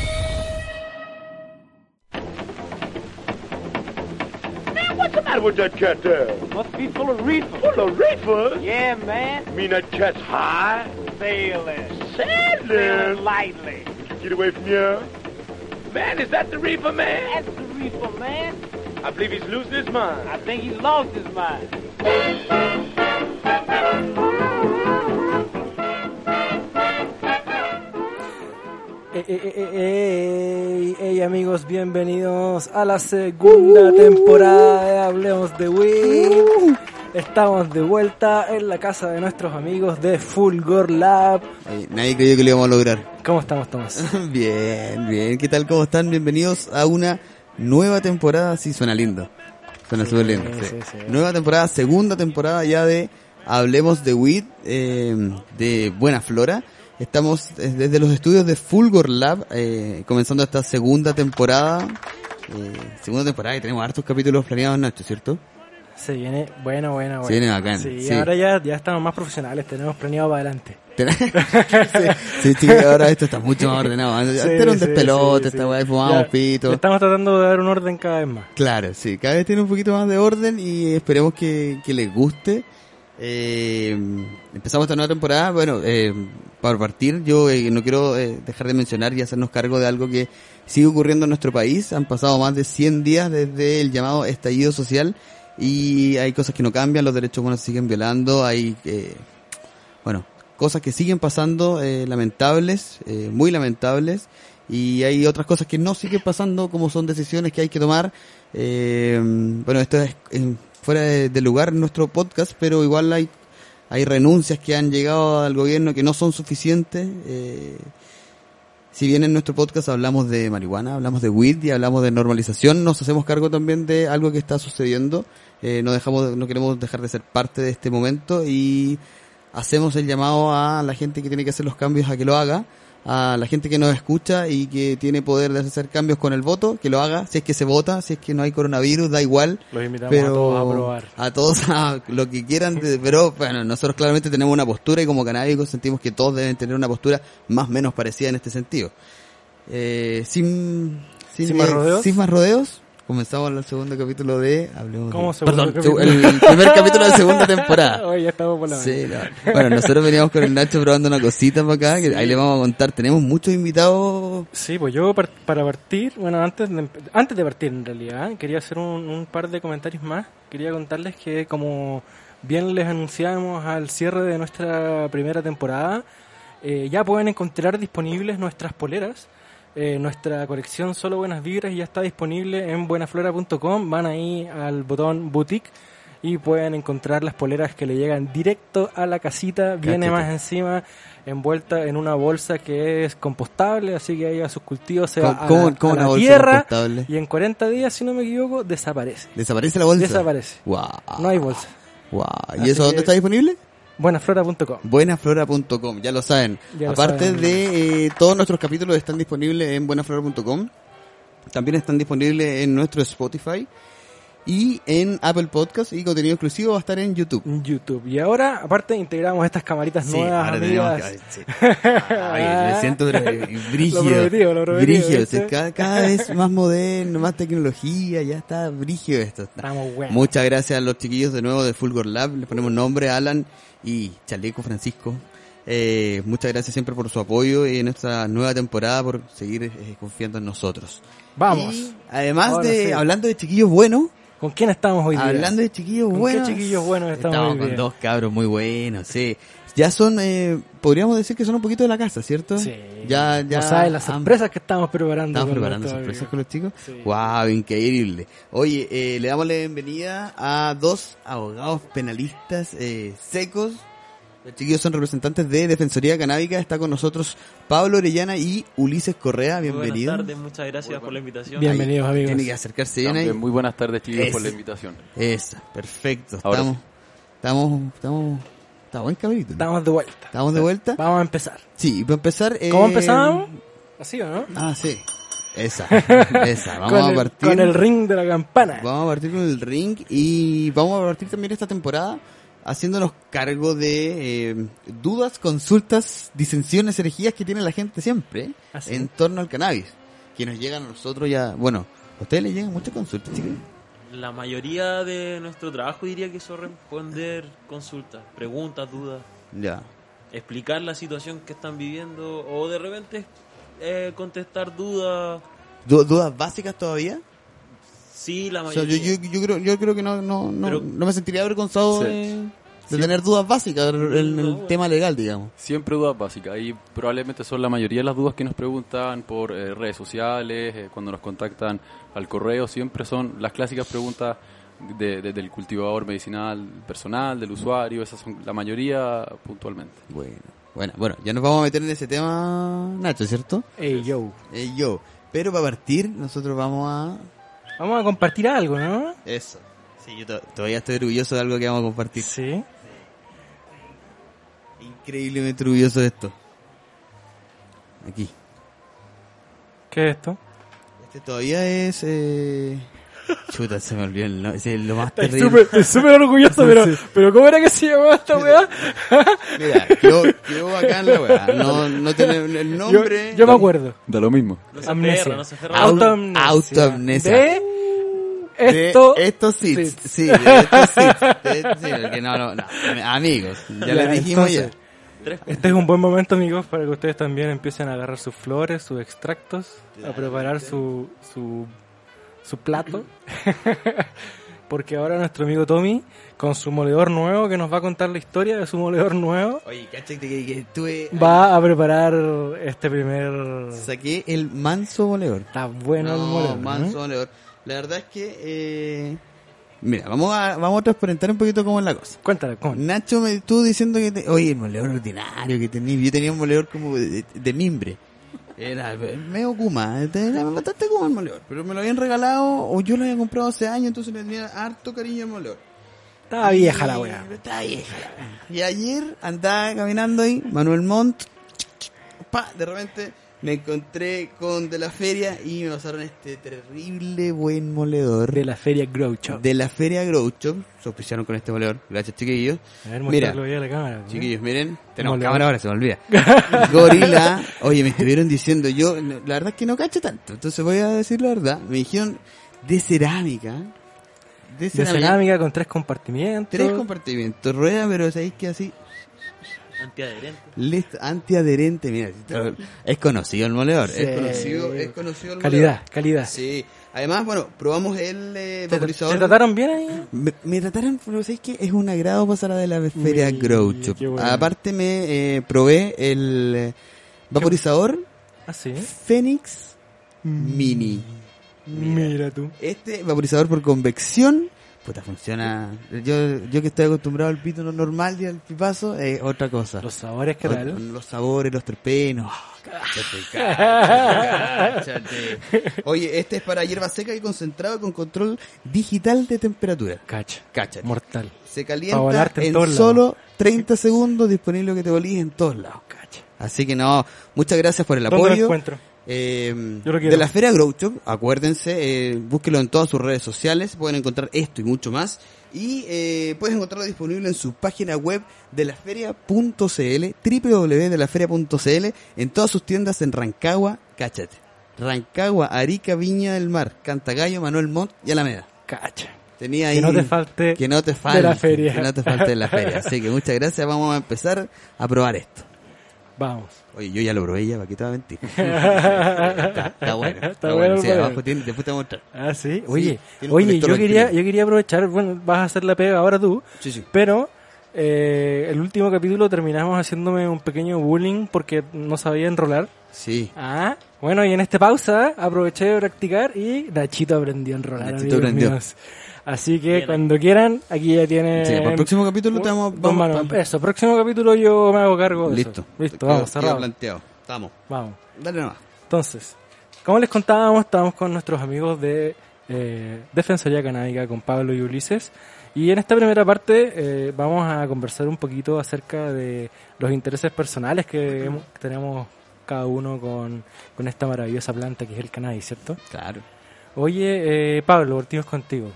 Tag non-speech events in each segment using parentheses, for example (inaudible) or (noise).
Man, Eh, what's the matter with that cat there? Must be full of reefer. Full of reefer? Yeah, man. mean that cat's high? Sailing. Sailing Sanders! lightly. Get away from here. Man, is that the reefer man? That's the reefer, man. I believe he's losing his mind. I think he lost his mind. Ey, ey, ey, eh, ey, ey, amigos, bienvenidos a la segunda Uh-huh. temporada de Hablemos de Wii. Estamos de vuelta en la casa de nuestros amigos de Fulgor Lab. Oye, nadie creyó que lo íbamos a lograr. (laughs) ¿Cómo estamos, Tomás? bien, bien. ¿Qué tal? ¿Cómo están? Bienvenidos a una nueva temporada. Sí, suena lindo. Suena súper lindo. sí, sí. sí. Nueva temporada, segunda temporada ya de Hablemos de WIT, eh, de Buena Flora. Estamos eh, desde los estudios de Fulgor Lab, eh, comenzando esta segunda temporada. Eh, segunda temporada y tenemos hartos capítulos planeados, Nacho, ¿cierto? (laughs) Se viene bueno, bueno, bueno. Se viene bacán, Sí, sí. ahora ya, ya estamos más profesionales, tenemos planeado para adelante. Ten- sí, sí, sí, ahora esto está mucho más ordenado. Antes Sí, era un sí, despelote, sí, sí. esta weá, fumábamos Ya, pito. Estamos tratando de dar un orden cada vez más. Claro, sí, cada vez tiene un poquito más de orden y esperemos que, que les guste. Eh, empezamos esta nueva temporada, bueno, eh, para partir yo eh, no quiero eh, dejar de mencionar y hacernos cargo de algo que sigue ocurriendo en nuestro país. Han pasado más de 100 días desde el llamado estallido social y hay cosas que no cambian, los derechos humanos se siguen violando, hay... eh, bueno, cosas que siguen pasando, eh, lamentables, eh, muy lamentables, y hay otras cosas que no siguen pasando, como son decisiones que hay que tomar. Eh, bueno, esto es eh, fuera de, de lugar en nuestro podcast, pero igual hay, hay renuncias que han llegado al gobierno que no son suficientes. eh, si bien en nuestro podcast hablamos de marihuana, hablamos de weed y hablamos de normalización, nos hacemos cargo también de algo que está sucediendo. Eh, no dejamos, no queremos dejar de ser parte de este momento y hacemos el llamado a la gente que tiene que hacer los cambios a que lo haga, a la gente que nos escucha y que tiene poder de hacer cambios con el voto, que lo haga, si es que se vota, si es que no hay coronavirus, da igual. Los invitamos Pero a todos a probar. a todos a lo que quieran, de- pero bueno, nosotros claramente tenemos una postura y como canábicos sentimos que todos deben tener una postura más o menos parecida en este sentido. Eh, sin, eh, ¿Sin más rodeos? sin más rodeos, comenzamos el segundo capítulo de Hablemos ¿Cómo de- segundo Perdón, capítulo? el, el primer capítulo de la segunda (laughs) temporada. Hoy ya estamos por la Sí, no. Bueno, nosotros veníamos con el Nacho probando una cosita para acá, que ahí le vamos a contar. Tenemos muchos invitados. Sí, pues yo par- para partir, bueno, antes de, empe- antes de partir en realidad, quería hacer un, un par de comentarios más. Quería contarles que como bien les anunciamos al cierre de nuestra primera temporada, eh, ya pueden encontrar disponibles nuestras poleras. Eh, nuestra colección Solo Buenas Vibras ya está disponible en buenaflora.com. Van ahí al botón boutique y pueden encontrar las poleras que le llegan directo a la casita. Viene Cachete. más encima envuelta en una bolsa que es compostable, así que ahí a sus cultivos se va a, ¿Cómo- la- cómo a una la bolsa tierra compostable? y en 40 días, si no me equivoco, desaparece. ¿Desaparece la bolsa? Desaparece. Guau, No hay bolsa. guau. ¿Y Así eso que- dónde está disponible? Buenaflora.com. Buenaflora.com, ya lo saben. Ya lo Aparte saben. de eh, todos nuestros capítulos están disponibles en buenaflora.com. También están disponibles en nuestro Spotify y en Apple Podcast y contenido exclusivo va a estar en YouTube. YouTube. Y ahora, aparte, integramos estas camaritas nuevas. amigas. (laughs) Ay, me siento pero, eh, brígido. Lo prometido, lo prometido, Brígido, ¿viste? sí, cada, cada vez más moderno, más tecnología, ya está brígido esto. está. Estamos buenos. Muchas gracias a los chiquillos de nuevo de Fulgor Lab. Les ponemos nombre, Alan y Chaleco Francisco. Eh, muchas gracias siempre por su apoyo y en esta nueva temporada por seguir eh, confiando en nosotros. Vamos. Y además Ahora de, sí. hablando de chiquillos buenos, ¿Con quién estamos hoy día? Hablando de chiquillos ¿Con qué buenos. chiquillos buenos estamos hoy con día? dos cabros muy buenos, sí. Ya son, eh, podríamos decir que son un poquito de la casa, ¿cierto? Sí. Ya, ya. No sabes las han- sorpresas que estamos preparando. Estamos con preparando nuestro sorpresas con amigo. los chicos. Sí. Wow, increíble. Oye, eh, le damos la bienvenida a dos abogados penalistas eh, secos. Los chiquillos son representantes de Defensoría Canábica. Está con nosotros Pablo Orellana y Ulises Correa. Muy Bienvenidos. Buenas tardes, muchas gracias por la invitación. Bien. Bienvenidos, Ahí, amigos. Tiene que acercarse bien ahí. También, Eh, muy buenas tardes, chicos, Es. por la invitación. Esa, perfecto. Ahora Estamos, estamos, estamos, está buen capítulo. Estamos, Estamos de vuelta. de vuelta. Vamos a empezar. Sí, y para empezar. eh, ¿Cómo empezamos? ¿Así o no? Ah, sí. (laughs) Esa, esa. Vamos con, a el, partir. con el ring de la campana. Vamos a partir con el ring y vamos a partir también esta temporada haciéndonos cargo de eh, dudas, consultas, disensiones, herejías que tiene la gente siempre ¿Ah, sí? en torno al cannabis. Que nos llegan a nosotros ya. Bueno, ¿a ustedes les llegan muchas consultas, chicos? La mayoría de nuestro trabajo diría que es responder consultas, preguntas, dudas, Ya. explicar la situación que están viviendo o de repente eh, contestar dudas. Du- ¿Dudas básicas todavía? Sí, la O sea, mayoría. yo, yo, yo creo, yo creo que no, no, no, Pero- no me sentiría avergonzado Sí. de, de tener dudas básicas en el No, bueno. tema legal, digamos. Siempre dudas básicas y probablemente son la mayoría de las dudas que nos preguntan por eh, redes sociales, eh, cuando nos contactan al correo, siempre son las clásicas preguntas de- de- del cultivador medicinal personal, del usuario, esas son la mayoría puntualmente. Bueno, bueno, bueno, ya nos vamos a meter en ese tema, Nacho, ¿cierto? Ey, yo. Eh, yo. Pero para partir, nosotros vamos a Vamos a compartir algo, ¿no? Eso. Sí, yo to- todavía estoy orgulloso de algo que vamos a compartir. Sí. Increíblemente orgulloso de esto. Aquí. ¿Qué es esto? Este todavía es... (laughs) Eh... Chuta, se me olvidó el nombre. Es lo más Estoy terrible. súper- Estoy súper (laughs) orgulloso, pero, pero ¿cómo era que se llamaba esta weá? Mira, quedó, quedó acá en la weá. No, no tiene el Yo, nombre. yo me acuerdo. Da lo mismo. No se Amnesia. aferra, no se aferra. Autoamnesia. Autoamnesia. De De esto. estos sí, sits. sí, de estos sits. De- sí, porque no, no, no, amigos, ya les dijimos entonces, Este es un buen momento, amigos, para que ustedes también empiecen a agarrar sus flores, sus extractos, a preparar su, su, su plato. (laughs) Porque ahora nuestro amigo Tommy, con su moledor nuevo, que nos va a contar la historia de su moledor nuevo, ya. Oye, cachate que, que estuve, va a preparar este primer... saqué el manso voleador. Está bueno el No, moledor. ¿eh? ¿no? manso valedor. La verdad es que. eh, mira, vamos a, vamos a transparentar un poquito cómo es la cosa. Cuéntale, ¿cómo? Nacho me estuvo diciendo que. te- Oye, el moleador ordinario que tenía. Yo tenía un moleador como de, de- de mimbre. Era eh, medio Kuma. este, Era bastante Kuma el moleador. Pero me lo habían regalado o yo lo había comprado hace años, entonces le tenía harto cariño al moleador. Está vieja la weá. Y- Está vieja la weá. Y ayer andaba caminando ahí, Manuel Montt. Pa, de repente me encontré con de la feria y me pasaron este terrible buen moledor. De la feria Grow Shop. De la feria Groucho. Se auspiciaron con este moledor. Gracias, chiquillos. A ver, Mira, mostrarlo ahí a la cámara. ¿no? chiquillos, miren. ¿Eh? Tenemos Moledor. cámara ahora, se me olvida. (laughs) Gorila. Oye, me estuvieron diciendo yo. no, La verdad es que no cacho tanto. Entonces voy a decir la verdad. Me dijeron de cerámica. De De cerámica con tres compartimientos. Tres compartimientos, rueda, pero sabéis que así, Antiadherente. listo, antiadherente, mira, si te- es conocido el moledor, Sí. es conocido, es conocido el Calidad, moledor. calidad. Sí, además, bueno, probamos el eh, ¿Te, vaporizador. te trataron bien ahí? Me, me trataron, pero sabéis que es un agrado pasar a de la feria Uy, Groucho. qué bueno. Aparte me eh, probé el eh, vaporizador Ah, sí. Fénix Mm. Mini. Mira tú. Este vaporizador por convección, puta, funciona. Yo, yo que estoy acostumbrado al pito no normal y al pipazo, es otra cosa. Los sabores que Con- tal. con Los sabores, los terpenos. Ah, Cáchate, cáchate, (laughs) cáchate. Oye, este es para hierba seca y concentrado con control digital de temperatura. Cacha. Cáchate. Mortal. Se Pa' calienta volarte en en, todos lados. solo 30 segundos, disponible que te volís en todos lados. Cacha. Así que no, muchas gracias por el ¿Dónde lo apoyo. encuentro? Eh, Yo lo quiero. de la Feria Grow Shop, acuérdense, eh, búsquelo en todas sus redes sociales, pueden encontrar esto y mucho más. Y eh, puedes encontrarlo disponible en su página web de laferia.cl, www.delaferia.cl, en todas sus tiendas en Rancagua, cáchate. Rancagua, Arica, Viña del Mar, Cantagallo, Manuel Montt y Alameda. Cacha. Tenía Que ahí- no te falte que no te de falte la feria. Que no te falte (laughs) de la feria. Así que muchas gracias, vamos a empezar a probar esto. Vamos. Oye, yo ya lo probé ya, ¿para qué te va (laughs) a mentir? está, está bueno. Está, Está bueno. bueno, sí, bueno. abajo tiene, después te voy a mostrar. Ah, sí. Sí, Oye, tiene un oye conector yo, quería, antiguo. yo quería aprovechar. Bueno, vas a hacer la pega ahora tú. Sí, sí. Pero eh, el último capítulo terminamos haciéndome un pequeño bullying porque no sabía enrolar. Sí. Ah, bueno, y en esta pausa aproveché de practicar y Nachito aprendió a enrolar. Nachito amigos aprendió. míos. Así que Bien. cuando quieran, aquí ya tienen. Sí, para el próximo capítulo te vamos- Don vamos- Manuel, vamos- Eh, Eso, próximo capítulo yo me hago cargo de Listo. eso. Listo, Quedó- vamos, quedó cerrado. planteado. Estamos. Vamos. Dale nomás. Entonces, como les contábamos, estábamos con nuestros amigos de eh, Defensoría Canábica, con Pablo y Ulises. Y en esta primera parte eh, vamos a conversar un poquito acerca de los intereses personales que hemos- que tenemos cada uno con, con esta maravillosa planta que es el cannabis, ¿cierto? Claro. Oye, eh, Pablo, partimos contigo.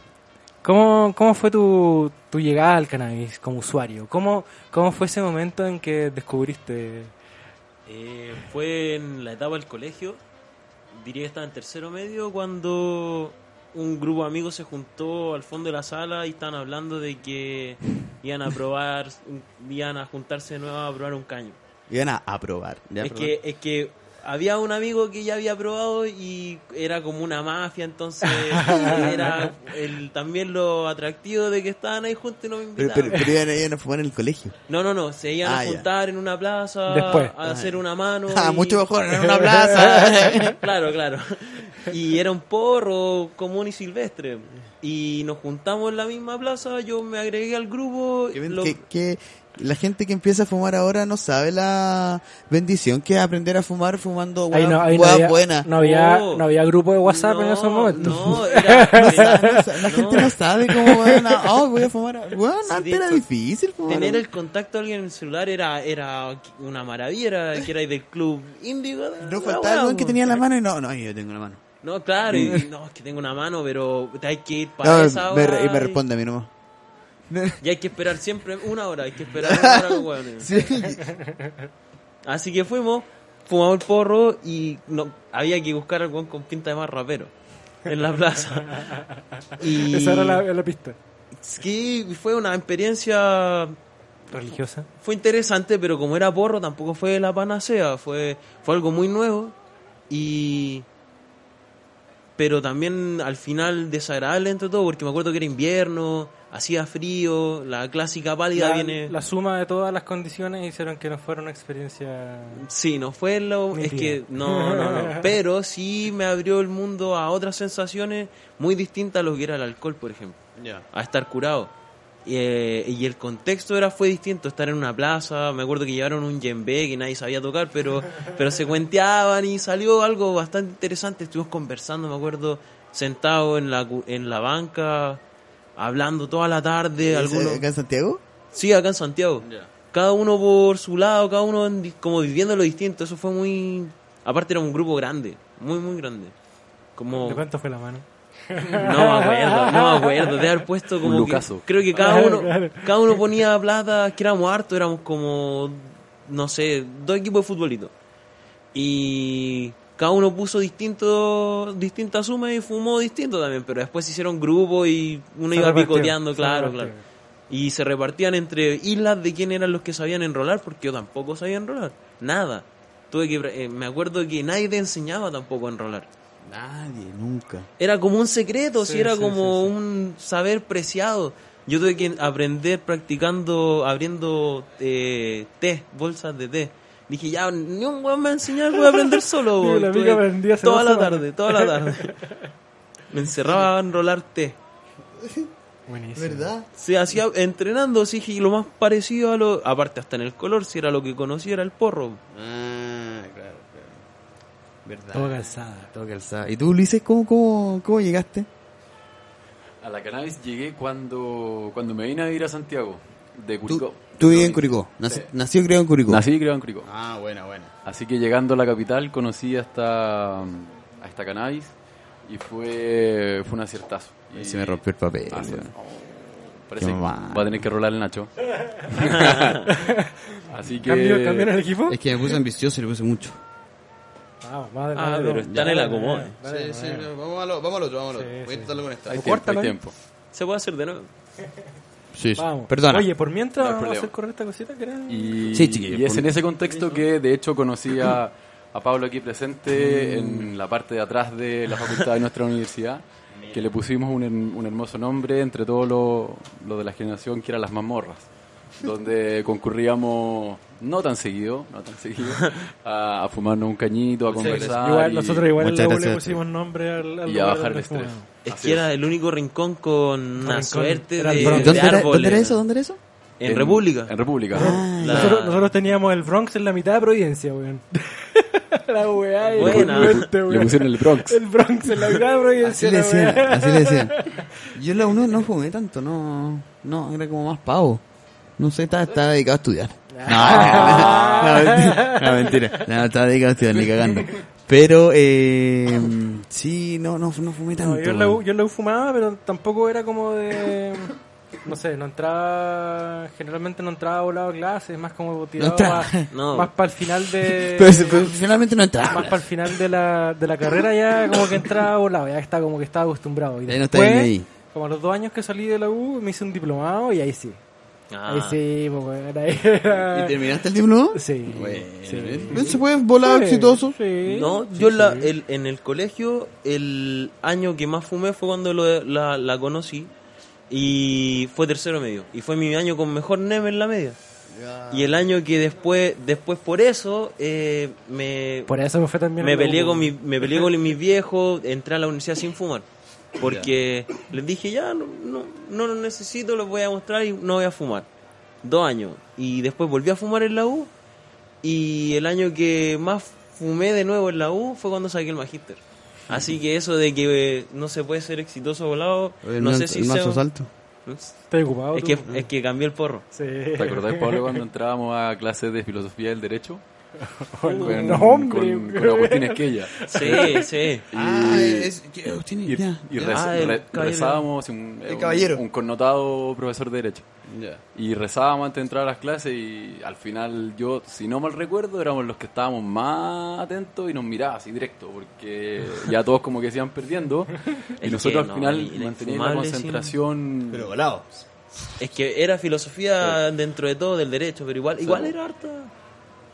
¿Cómo, cómo fue tu, tu llegada al cannabis como usuario? ¿Cómo, ¿Cómo fue ese momento en que descubriste? Eh, fue en la etapa del colegio, diría que estaba en tercero medio, cuando un grupo de amigos se juntó al fondo de la sala y estaban hablando de que iban a probar, un- iban a juntarse de nuevo a probar un caño. Iban a aprobar. ya, Es perdón. que, es que había un amigo que ya había probado y era como una (laughs) mafia, entonces era el, también lo atractivo de que estaban ahí juntos y no me Pero, invitaban. pero, (laughs) pero iban, a- iban a fumar en el colegio. No, no, no, se iban Ah, a ya. juntar en una plaza Después. a hacer una mano. Ah, y- mucho mejor, en (laughs) una plaza. Claro, claro. Y era un porro común y silvestre. Y nos juntamos en la misma plaza, yo me agregué al grupo. Que ven- lo- que, que la gente que empieza a fumar ahora no sabe la bendición que es aprender a fumar fumando Ahí huevas no, ahí no huevas había, buenas. no había, Oh. no había grupo de WhatsApp en No, esos momentos. (laughs) No, era- No sa- (laughs) no sa- la no. gente no sabe cómo van a... Oh, voy a fumar. ahora. Bueno, Sí, de antes era hecho, difícil fumar. Tener el contacto de alguien en el celular era, era una maravilla, era que erais del club índigo. de- No la faltaba weá, alguien que po. tenía la mano y no, no, yo tengo la mano. No, claro, y, no, es que tengo una mano, pero te hay que ir para esa No, me, hora. re- y me responde a mí (laughs) nomás. Y hay que esperar siempre una hora, hay que esperar una (laughs) hora, los weones. Sí. Así que fuimos, fumamos el porro y no, había que buscar al weón con pinta de más rapero en la (laughs) plaza. Y Esa era la, la pista. sí, fue una experiencia Religiosa. fue interesante, pero como era porro, tampoco fue la panacea, fue, fue algo muy nuevo y pero también al final desagradable entre todo, porque me acuerdo que era invierno, hacía frío, la clásica pálida La, viene la suma de todas las condiciones hicieron que no fuera una experiencia. Sí, no fue lo. Ni Es idea. que. No, no, no. Pero sí me abrió el mundo a otras sensaciones muy distintas a lo que era el alcohol, por ejemplo. A estar curado. Y, eh, y el contexto era fue distinto. Estar en una plaza. Me acuerdo que llevaron un yembe que nadie sabía tocar, pero, pero se cuenteaban y salió algo bastante interesante. Estuvimos conversando, me acuerdo, sentado en la, cu- en la banca, hablando toda la tarde. algunos- ¿Acá en Santiago? Sí, acá en Santiago. Cada uno por su lado, cada uno en di- como viviendo lo distinto. Eso fue muy... Aparte era un grupo grande, muy, muy grande. Como... ¿De No cuánto fue la mano? me acuerdo, no me acuerdo. De haber puesto como... Un que- lucaso. creo que cada uno, Claro. cada uno ponía plata, que éramos hartos, éramos como... No sé, dos equipos de futbolito. Y cada uno puso distinto, distintas sumas y fumó distinto también. Pero después se hicieron grupos y uno Se iba repartió, picoteando, se claro, repartió. claro. Y se repartían entre islas de quién eran los que sabían enrolar, porque yo tampoco sabía enrolar. Nada. Tuve que, eh, me acuerdo que nadie te enseñaba tampoco a enrolar. Nadie, nunca. Era como un secreto, Sí, si era sí, como sí, sí. un saber preciado. Yo tuve que aprender practicando, abriendo eh, té, bolsas de té. Dije, ya, ni un weón me va a enseñar, voy (laughs) a aprender solo. Digo, weón. la Tuve amiga aprendí hace toda dos la semanas. tarde, toda (laughs) la tarde. Me encerraba a enrolar té. Buenísimo. ¿Verdad? se hacía entrenando, sí, y lo más parecido a lo. Aparte, hasta en el color, si era lo que conocía, era el porro. Ah, claro, claro. ¿Verdad? Todo calzada. Todo calzado. ¿Y tú, Ulises, cómo, cómo, cómo llegaste? A la cannabis llegué cuando, cuando me vine a vivir a Santiago, de Curicó. Tú, tú vivías en Sí. Curicó. Nací, Sí. Nació y criado en Curicó. Nací y criado en Curicó. Ah, buena, buena. Así que llegando a la capital conocí a esta, a esta cannabis y fue, fue un aciertazo. Y Se me rompió el papel. Ah, sí. weón. Parece Qué que mal. va a tener que rolar el (laughs) Nacho. Así que... ¿Cambio, cambio en el equipo? Es que me puse ambicioso y le puse mucho. Vamos, madre, Ah, pero está en el acomodo. Dale, sí, dale. vamos al otro, vamos al otro. Sí, Voy a sí. intentarlo con Hay O tiempo, córtalo. hay tiempo. Se puede hacer de nuevo. Sí, sí. Vamos. Perdona. Eh, Oye, por mientras No hay vamos a problema. hacer correr esta cosita que era. Y, Sí, chiquillos, y es por- en ese contexto que de hecho (laughs) conocí a, a Pablo aquí Mm. presente en la parte de atrás de la facultad de nuestra universidad, que le pusimos un, her- un hermoso nombre entre todo lo, lo de la generación que eran las mazmorras, (laughs) donde concurríamos no tan seguido, no tan seguido, a, a fumarnos un cañito, a conversar Igual, y, nosotros igual en Muchas la U gracias le a ti. pusimos nombre al, al y a lugar bajar donde de estrés. fumamos. Es Así que era el único rincón con una rincón. suerte Era el de, Bronx. de ¿Dónde, era, árboles. ¿Dónde era eso? ¿Dónde era eso? En, República. Ah, En República. La- Nosotros, nosotros teníamos el Bronx en la mitad de Providencia, weón. (laughs) la weá. Buena. impresionante, Le weón. pusieron el Bronx. El Bronx en la mitad de Providencia. (laughs) Así le la (laughs) weá. decían, así le decían. Yo en la 1 no fumé tanto, no, no, era como más pavo. No sé, estaba, estaba Ah. (laughs) dedicado a estudiar. No, no, no, no, mentira, no, mentira. No, estaba dedicado a estudiar, ni cagando. Pero, eh, sí, no, no, no fumé tanto. No, yo, en la U, weón. yo en la U fumaba, pero tampoco era como de. No sé, no entraba. Generalmente no entraba volado a clases, más como tirado entraba, más, no. para el final de. (laughs) Pero, se- pero finalmente no eh, más entraba. para el final de la, de la carrera ya como que entraba volado, ya estaba como que estaba acostumbrado. Y Ya no está después, bien ahí. como a los dos años que salí de la U, me hice un diplomado y ahí sí. Ahí Ah. sí, pues bueno, ahí (laughs) ¿Y era- terminaste el diploma? Sí. Bueno, ¿eh? sí. ¿ven? ¿Se puede volar Sí, exitoso? sí, No, sí, yo la- sí. el- en el colegio el año que más fumé fue cuando lo- la, la conocí y fue tercero medio. Y fue mi año con mejor NEM en la media. Ah. Y el año que después, después por eso, eh, me, Por eso me fue también. me en la U, peleé con pues. mi, me peleé con mis viejos, entré a la universidad sin fumar. Porque les dije, ya, no, no, no lo necesito, lo voy a mostrar y no voy a fumar. Dos años. Y después volví a fumar en la U. Y el año que más fumé de nuevo en la U fue cuando saqué el magíster. Así que eso de que eh, no se puede ser exitoso volado, El no man- sé si el mazo sea- salto. Estoy ocupado. Es tú. que, es que cambié el porro. Sí. ¿Te acordás, Pablo, cuando entrábamos a clases de filosofía del derecho? Con, no, hombre. con, con Agustín Esquella. (laughs) Sí, sí. Ah, es, que- tiene- Y, ya, y ya. rez- Ah, el re- caballero. rezábamos un, eh, El un- caballero. un connotado profesor de derecho. Y rezábamos antes de entrar a las clases y al final yo, si no mal recuerdo, éramos los que estábamos más atentos y nos miraba así directo, porque ya todos como que se (laughs) iban perdiendo. y Es que nosotros no, al final y la manteníamos la infumable, sí. concentración. Pero volado. Es que era filosofía dentro de todo del derecho, pero igual, igual era harta.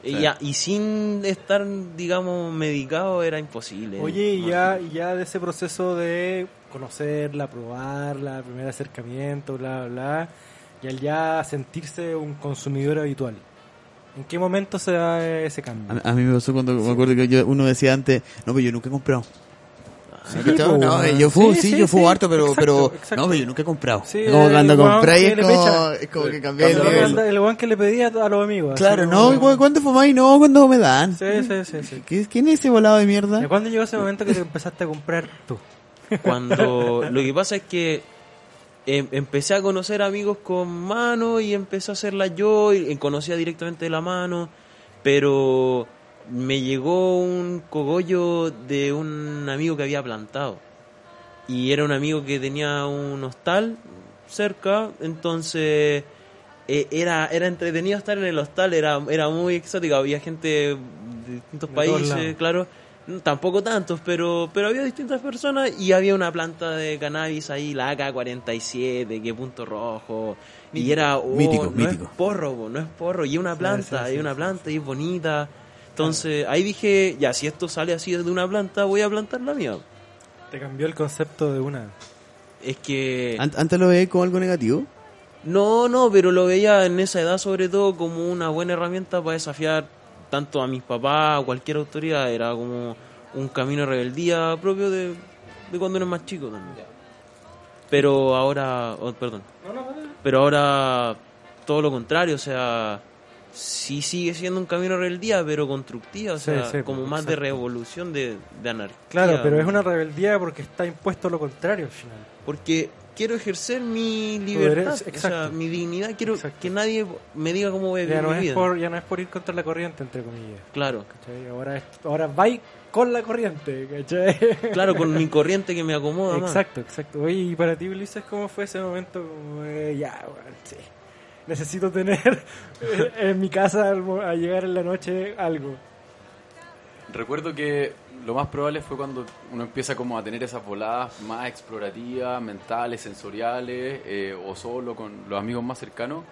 Y, ya- y sin estar, digamos, medicado era imposible. Oye, y No, ya, y ya de ese proceso de conocerla, probarla, primer acercamiento, bla, bla, bla, y al ya sentirse un consumidor habitual. ¿En qué momento se da ese cambio? A, a mí me pasó cuando me acuerdo que yo- uno decía antes, no, pero yo nunca he comprado. ¿Cachai? po, Ah, no, pues, weón. yo fumo, sí, Sí, sí, yo fumo sí. harto, pero, Exacto, pero exacto. no, pero yo nunca he comprado. Sí, Es como el cuando weón compráis que es le como, pecha. es como que cambié El el weón nivel. anda- el weón que le pedía a los amigos. así Eh, Claro, como- no, ¿cu- ¿cuándo fumáis? No, cuando me dan. Sí, sí, sí. sí. ¿Qué- ¿Quién es ese volado de mierda? ¿Y cuándo llegó (laughs) ese momento que te empezaste a comprar tú? (laughs) Cuando lo que pasa es que em- empecé a conocer amigos con mano y empecé a hacerla yo y y conocía directamente de la mano, pero me llegó un cogollo de un amigo que había plantado. Y era un amigo que tenía un hostal cerca, entonces eh, era era entretenido estar en el hostal, era era muy exótico, había gente de distintos De todos lados. países, claro, Mm, tampoco tantos, pero, pero había distintas personas y había una planta de cannabis ahí, la AK-47, que punto rojo. Y era, oh, Mítico, no mítico. es porro, po, no es porro, y es una planta, sí, es sí, una planta y es bonita. Entonces ahí dije, ya si esto sale así de una planta, voy a plantar la mía. Te cambió el concepto de una. Es que... Ant- Antes lo veía como algo negativo. No, no, pero lo veía en esa edad sobre todo como una buena herramienta para desafiar tanto a mis papás, a cualquier autoridad. Era como un camino de rebeldía propio de, de cuando uno es más chico también. Pero ahora, oh, perdón, pero ahora todo lo contrario, o sea, sí sigue siendo un camino de rebeldía, pero constructiva, o Sí, sea, sí, pues, como más de exacto. revolución, de, de anarquía. Claro, pero es una rebeldía porque está impuesto lo contrario al final. porque quiero ejercer mi derecho, libertad, o sea, exacto. mi dignidad, quiero Exacto. que nadie me diga cómo voy a Ya vivir no, mi es vida. por, ya no es por ir contra la corriente, entre comillas. Claro, ¿cachai? Ahora, es- ahora vais con la corriente, (laughs) ¿cachai? claro, con mi corriente que me acomoda más. exacto, exacto. Oye, y para ti, Ulises, ¿cómo fue ese momento? Como, eh, ya, bueno, sí. Necesito tener (laughs) eh, en mi casa al mo- a llegar en la noche algo. Recuerdo que lo más probable fue cuando uno empieza como a tener esas voladas más explorativas, mentales, sensoriales, eh, o solo con los amigos más cercanos.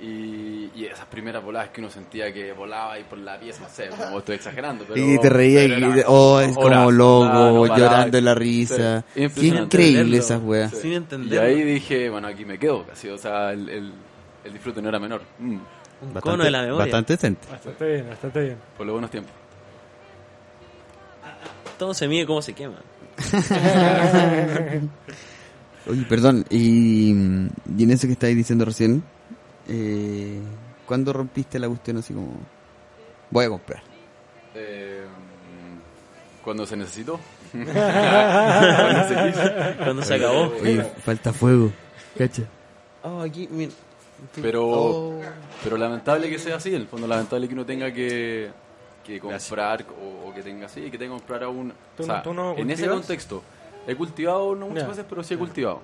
Y, y esas primeras voladas que uno sentía que volaba ahí por la pieza, no sé, como estoy exagerando. Pero, Y te reía pero y era oh, es como horas, loco, ah, no paraba. llorando en la risa. Sí, Qué impresionante increíble verlo. esas weas. Sin Y entender. ahí dije, bueno, aquí me quedo casi, o sea, el, el- el disfrute no era menor. Mm, un cono de la memoria. bastante decente. Bastante bien, bastante bien. por los buenos tiempos. Todo se mide cómo se quema. Oye, perdón, y, mm, y en eso que estáis diciendo recién, eh, ¿cuándo rompiste la cuestión así como, voy a comprar? Eh, cuando se necesitó. (laughs) Cuando se quiso. Cuando se acabó. (laughs) Oye, falta fuego, cacha. Oh, aquí, mira. Oh, Pero, pero lamentable que sea así, en el fondo lamentable que uno tenga que, que comprar o, o que tenga sí, que tenga que comprar aún. ¿Tú o no- sea, tú no en ese cultivas? contexto, he cultivado no muchas Ya, veces, pero sí he cultivado.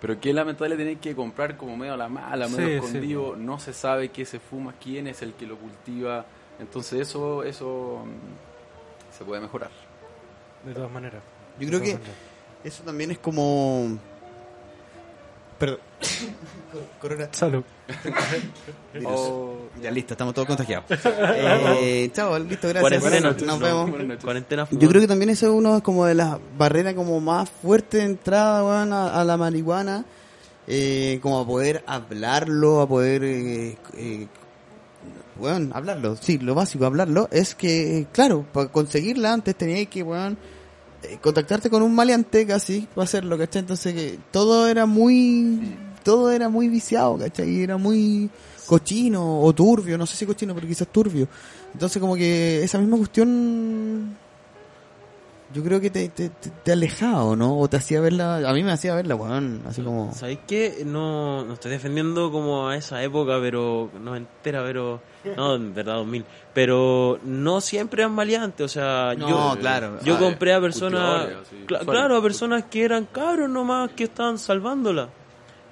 Pero qué lamentable tener que comprar como medio a la mala, medio Sí, pues. sí. escondido, no se sabe qué se fuma, quién es el que lo cultiva. Entonces eso eso mm, se puede mejorar. De todas maneras. Yo creo De todas que maneras. eso también es como... Perdón. Cor- (laughs) Corona. Salud. Virus. Oh, Ya listo, estamos todos (laughs) contagiados. Eh, chao, listo, gracias. Cuarentena. Nos vemos. Buenas noches. Cuarentena Yo creo que también eso es uno como de las barreras como más fuerte de entrada weón, a, a la marihuana, eh, como a poder hablarlo, a poder, eh, eh, weón, hablarlo, sí, lo básico, hablarlo, es que, claro, para conseguirla antes tenías que, weón, eh, contactarte con un maleante casi para hacerlo, ¿cachai? Entonces que todo era muy, todo era muy viciado, ¿cachai? Y era muy cochino o turbio, no sé si cochino, pero quizás turbio. Entonces como que esa misma cuestión yo creo que te, te, te, te alejaba, ¿o ¿no? O te hacía verla, a mí me hacía verla, weón, así como... ¿Sabéis qué? No, no estoy defendiendo como a esa época, pero no entera, pero no, en verdad 2000, pero no siempre eran maleantes, o sea, No, yo claro. yo Ah, compré a eh, personas, cultivadores, así, cla- usuarios. claro, a personas que eran cabros nomás que estaban salvándola.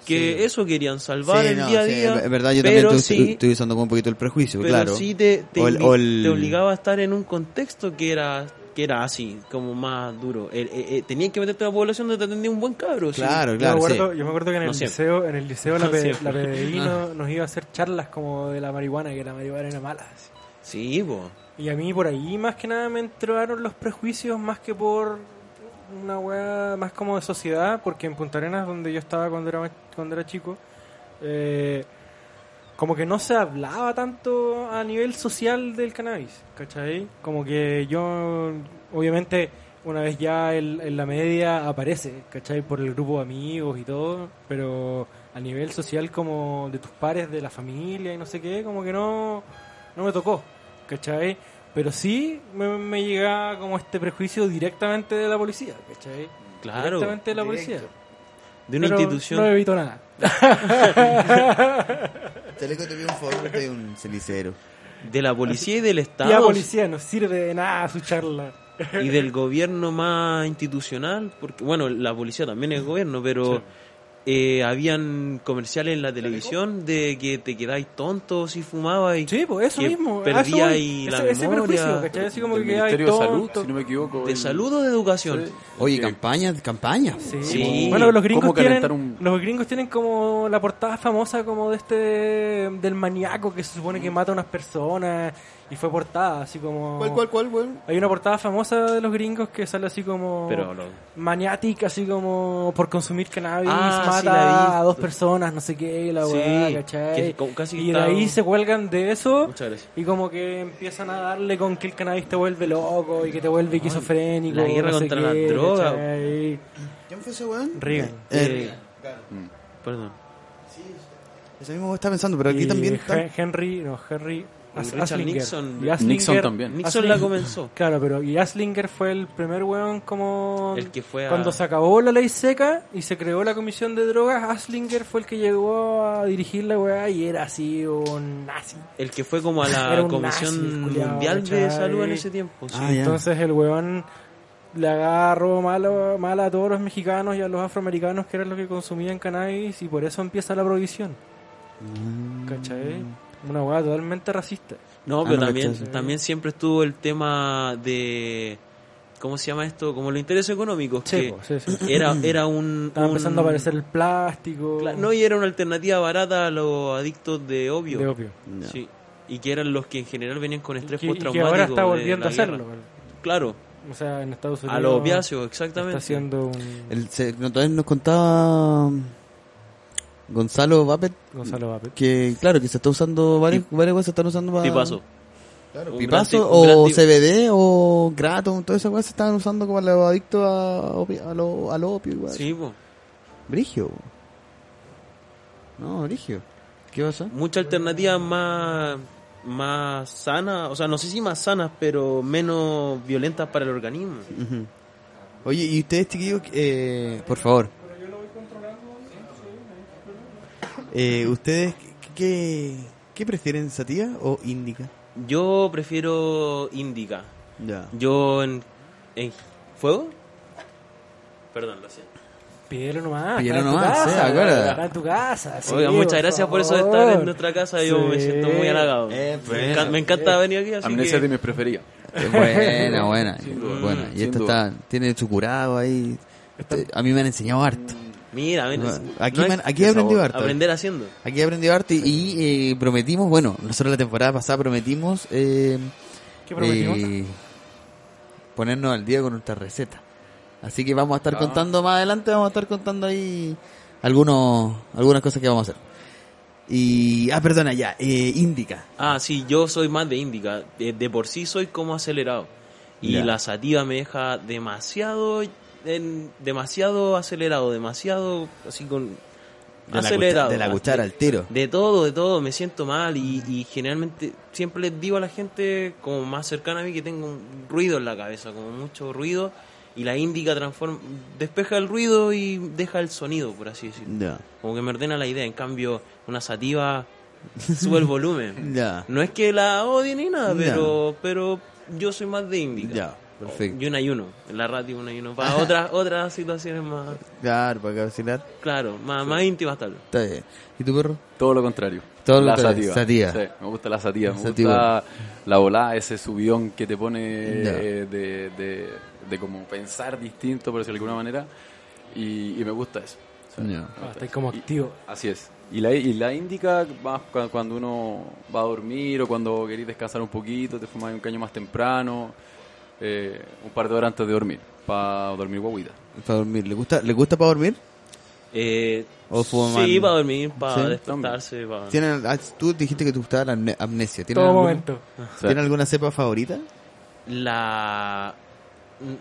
Que Sí. eso querían salvar el no, día a sí, día. Es verdad, yo también pero estoy, sí, estoy usando como un poquito el prejuicio, pero claro. sí te, te, O el- invi- o el- te obligaba a estar en un contexto que era que era así, como más duro. El- eh, eh, tenían que meterte a la población donde te atendía un buen cabro. sí. Claro, yo, me claro, acuerdo, sí. yo me acuerdo que en el No siempre. liceo, en el liceo la, No pe- siempre. la PDI no- nos iba a hacer charlas como de la marihuana, que la marihuana era mala. así. Sí, po. Y a mí por ahí más que nada me entraron los prejuicios más que por una weá más como de sociedad, porque en Punta Arenas, donde yo estaba cuando era, más- cuando era chico, eh, como que no se hablaba tanto a nivel social del cannabis, ¿cachai? Como que yo, obviamente, una vez ya en, en la media aparece, ¿cachai? Por el grupo de amigos y todo, pero a nivel social como de tus pares, de la familia y no sé qué, como que no, no me tocó, ¿cachai? Pero sí me, me llegaba como este prejuicio directamente de la policía, ¿cachai? Claro. Directamente de la policía. De una Pero institución. No evito nada. Chaleco, te pido un favor, te doy un cenicero. De la policía y del Estado. La policía no sirve de nada su charla. Y del gobierno más institucional. Porque, bueno, la policía también es gobierno, pero. eh, habían comerciales en la televisión de que te quedáis tonto si fumabas y Sí, pues eso que mismo. perdía a eso voy. ahí la ese, ese memoria. prejuicio, ¿cachai? Así como Del que hay Ministerio de Salud, tonto. si no me equivoco. de el- salud o de educación. Sí. Oye, Que- campañas, campañas. Sí. Sí. Bueno, los gringos, ¿Cómo tienen, calentar un- los gringos tienen como la portada famosa como de este del maníaco que se supone Mm. que mata a unas personas y fue portada así como cuál, weón? hay una portada famosa de los gringos que sale así como Pero no. maniática así como por consumir cannabis Ah, sí, la he mata visto. a dos personas no sé qué y la Sí, weá, ¿cachai? que como casi y de está- ahí se cuelgan de eso Muchas gracias. y como que empiezan a darle con que el cannabis te vuelve loco y que te vuelve esquizofrénico la guerra no sé contra la qué, droga. ¿cachai? ¿Quién fue ese weón? Reagan. Eh, Perdón. eso mismo estaba pensando, pero aquí Y también... está- Hen- Henry, no, Henry. As- Richard Aslinger. Nixon. Y Aslinger- Nixon también. Nixon Aslinger- la comenzó. Claro, pero y Aslinger fue el primer weón como... El que fue a- Cuando se acabó la ley seca y se creó la comisión de drogas, Aslinger fue el que llegó a dirigir la weá y era así un nazi. El que fue como a Era la un nazi, Comisión el culiao, Mundial de ¿cachai? Salud en ese tiempo. sí. Ah, ya. Entonces el weón le agarró malo, mal a todos los mexicanos y a los afroamericanos que eran los que consumían cannabis y por eso empieza la prohibición. ¿Cachai? Mm. Una weá totalmente racista. No, Ah, pero no también, caché. también siempre estuvo el tema de. ¿Cómo se llama esto? Como los intereses económicos. Sí, que po, sí, sí. Era, era un. Estaba eh, un- empezando a aparecer el plástico. Cla- No, y era una alternativa barata a los adictos de opio. de opio. No. Sí. Y que eran los que en general venían con estrés Que, postraumático. que ahora de está volviendo la a hacerlo. guerra. Claro, O sea, en Estados Unidos. a los opiáceos, Está exactamente. haciendo un. El, se, no, todavía nos contaba um, Gonzalo Vapet Gonzalo Vapet. que, claro, que se está usando varios, varias cosas se están usando Ah. para... Tipazo. Un gran Pipazo ti- un gran o ti- CBD o Graton, todas esas cosas se estaban usando como los adictos a, opi- a lo, al opio igual. Sí, po. Brigio. No, Brigio. ¿Qué pasa? muchas alternativas más más sanas, o sea, no sé si más sanas, pero menos violentas para el organismo. Ujú. Oye, ¿y ustedes, chiquillos, eh, por favor? Eh, ¿Ustedes qué, qué, qué prefieren, Satía o Índica? Yo prefiero indica. Ya. Yo en, en- fuego. Perdón, lo siento. Pídelo nomás. Pídelo está en tu nomás, casa, sí, acuérdate. Está en tu casa. sí, Oiga, por muchas gracias por eso de estar favor. en nuestra casa. Yo me Sí. siento muy halagado. Eh, pues. me, encanta, me encanta venir aquí. Así Amnesia que- es de mis preferidas. Es (laughs) buena, buena. duda. buena. Y Sin esta duda. está, tiene su curado ahí. Te- A mí me han enseñado harto. Mira, ven, es- Aquí, no me es han- aquí he aprendido harto. aprender haciendo. Aquí he aprendido harto y, y, eh, prometimos, bueno, nosotros la temporada pasada prometimos, eh, ¿Qué prometimos? eh, ponernos al día con nuestra receta. Así que vamos a estar Ah. contando más adelante, vamos a estar contando ahí algunos, algunas cosas que vamos a hacer. Y, ah, perdona, ya, eh, Indica. Ah, sí, yo soy más de índica. De, de por sí soy como acelerado. Y Ya. la sativa me deja demasiado en- demasiado acelerado, demasiado así con De la, cuchara, acelerado. Ah, de la cuchara al tiro. De todo, de todo, me siento mal y, y generalmente siempre les digo a la gente como más cercana a mí que tengo un ruido en la cabeza, como mucho ruido y la índica transforma, despeja el ruido y deja el sonido, por así decirlo. Ya, Como que me ordena la idea, en cambio una sativa sube el (laughs) volumen. ya, No es que la odie ni nada, Ah. Ya. pero, pero yo soy más de índica. ya, perfecto. Y un ayuno, en la radio un ayuno, (laughs) para otras, otras situaciones más, Claro, para vacilar. claro, más, más íntimas tal vez. Está bien. ¿Y tu perro? Todo lo contrario. Todo lo la contrario, sativa. sativa. Sí, me gusta la sativa. Me Sativa. gusta la volada, ese subión que te pone Ya. eh, de, de, de como pensar distinto, por decirlo de alguna manera. Y, y me gusta eso. Sí, Ya. me gusta Ah, Estoy eso. como Y- activo. Así es. Y la, y la indica más cu- cuando uno va a dormir o cuando querés descansar un poquito, te fumas un caño más temprano, eh, un par de horas antes de dormir, para dormir guaguita. Para dormir. ¿Le gusta, ¿le gusta para dormir? Eh, O fuman. sí, para dormir, para Sí, despertarse, para... ¿Tienen, ah, tú dijiste que te gustaba la amne- amnesia. ¿Tienen, Todo alguna- momento. ¿tienen alguna cepa favorita? La...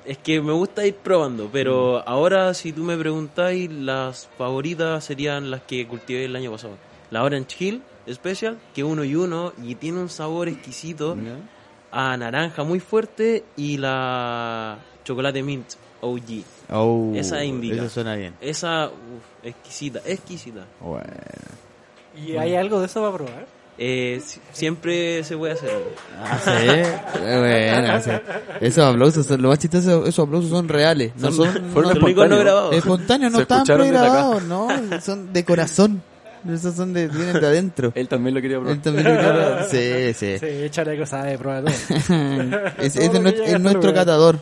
Es que me gusta ir probando, Mm. pero ahora si tú me preguntáis, las favoritas serían las que cultivé el año pasado. La Orange Hill Special, que es uno y uno, y tiene un sabor exquisito a naranja muy fuerte, y la Chocolate Mint OG. Oh, Esa indica. Eso suena bien. Esa, uf, exquisita, exquisita. Bueno. ¿Y hay algo de eso para probar? Eh, si- siempre se puede hacer algo. Ah, sí. Eh, bueno, sí. Esos aplausos, son- lo más chistoso, esos aplausos son reales. No (laughs) son, fueron no- espontáneos. no grabados. Espontáneos, no Se están escucharon desde acá. pregrabados, no. Son de corazón. Esos son de, vienen de (laughs) adentro. Él también lo quería probar. Él también lo graba. sí, sí. Sí, chaleco sabe, prueba (laughs) todo. Es, Todo es de lo que llega nuestro- es hasta el nuestro lugar. catador.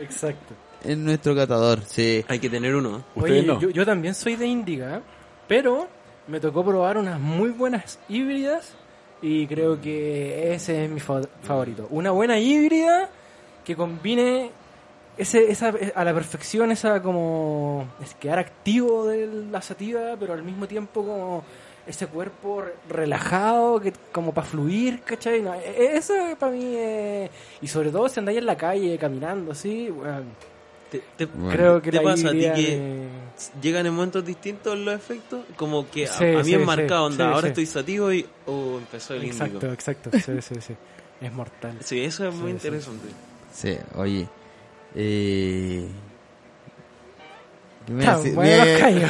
Exacto. Es nuestro catador, sí. Hay que tener uno. ¿eh? Ustedes Oye, no. yo, yo también soy de Índica, pero me tocó probar unas muy buenas híbridas y Mm. creo que ese es mi fa- favorito. Una buena híbrida que combine ese, esa, a la perfección esa como es quedar activo de la sativa, pero al mismo tiempo como ese cuerpo re- relajado, que como para fluir, ¿cachai? No, e- eso para mí es... Y sobre todo si andáis en la calle caminando, sí, bueno, Te- te- Bueno. creo que ¿Te la pasa a ti híbrida que- de- llegan en momentos distintos los efectos, como que a- Sí, a, mí sí, es marcado, sí, onda, sí, ahora sí. estoy sativo y oh, empezó el Exacto, índigo. exacto. Sí, sí, sí. Es mortal. Sí, eso es muy Sí, interesante. Sí, oye. Eh... ¿Qué me Tan hace- bueno, me- callo.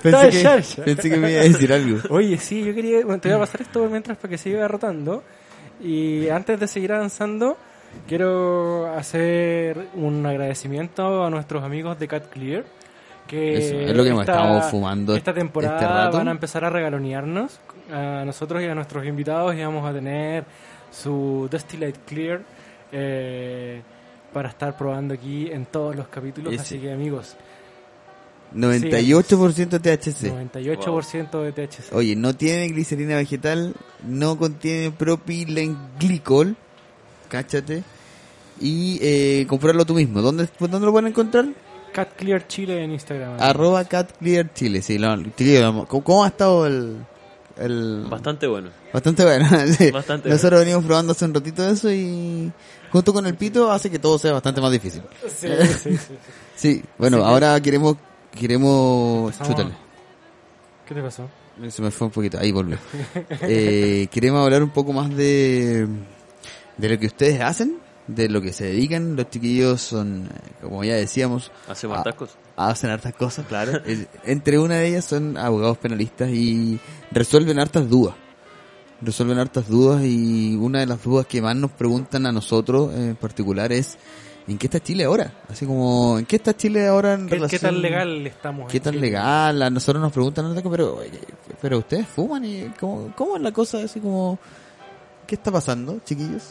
(laughs) Todo (laughs) pensé, que, chancho. pensé que me iba a decir algo. (laughs) Oye, sí, yo quería. bueno, te voy a pasar esto mientras para que siga rotando. Y antes de seguir avanzando, quiero hacer un agradecimiento a nuestros amigos de Cat Clear. Que Eso, es lo que hemos esta- estado fumando Esta temporada este rato. van a empezar a regalonearnos a nosotros y a nuestros invitados. Y vamos a tener su Destillate Clear eh, para estar probando aquí en todos los capítulos. Ese. Así que, amigos, 98% THC. 98% de THC. Oye, no tiene glicerina vegetal, no contiene propilenglicol. Cáchate. Y eh, comprarlo tú mismo. ¿Dónde, ¿Dónde lo pueden encontrar? Cat Clear Chile en Instagram. Arroba CatClear Chile. Sí, lo- tío, vamos, ¿cómo, cómo ha estado el... el... Bastante bueno. Bastante bueno. (laughs) sí. Bastante Nosotros venimos probando hace un ratito eso y junto con el pito hace que todo sea bastante más difícil. (laughs) Sí, sí, sí, sí. Sí, bueno, Así que- ahora queremos queremos Empezamos. chútale. ¿Qué te pasó? Se me fue un poquito, ahí volvió. (laughs) Eh, queremos hablar un poco más de de lo que ustedes hacen, de lo que se dedican. Los chiquillos son, eh, como ya decíamos, Hacemos Ah. hartas cosas. hacen hartas cosas, claro. (laughs) Eh, Entre una de ellas son abogados penalistas y resuelven hartas dudas. resuelven hartas dudas y una de las dudas que más nos preguntan a nosotros eh, en particular es ¿en qué está Chile ahora? Así como ¿en qué está Chile ahora en ¿Qué, qué relación- tan legal estamos? ¿Qué en tan Chile? legal? A nosotros nos preguntan, harto, pero, oye, pero ustedes fuman y ¿cómo, cómo es la cosa? Así como ¿qué está pasando, chiquillos?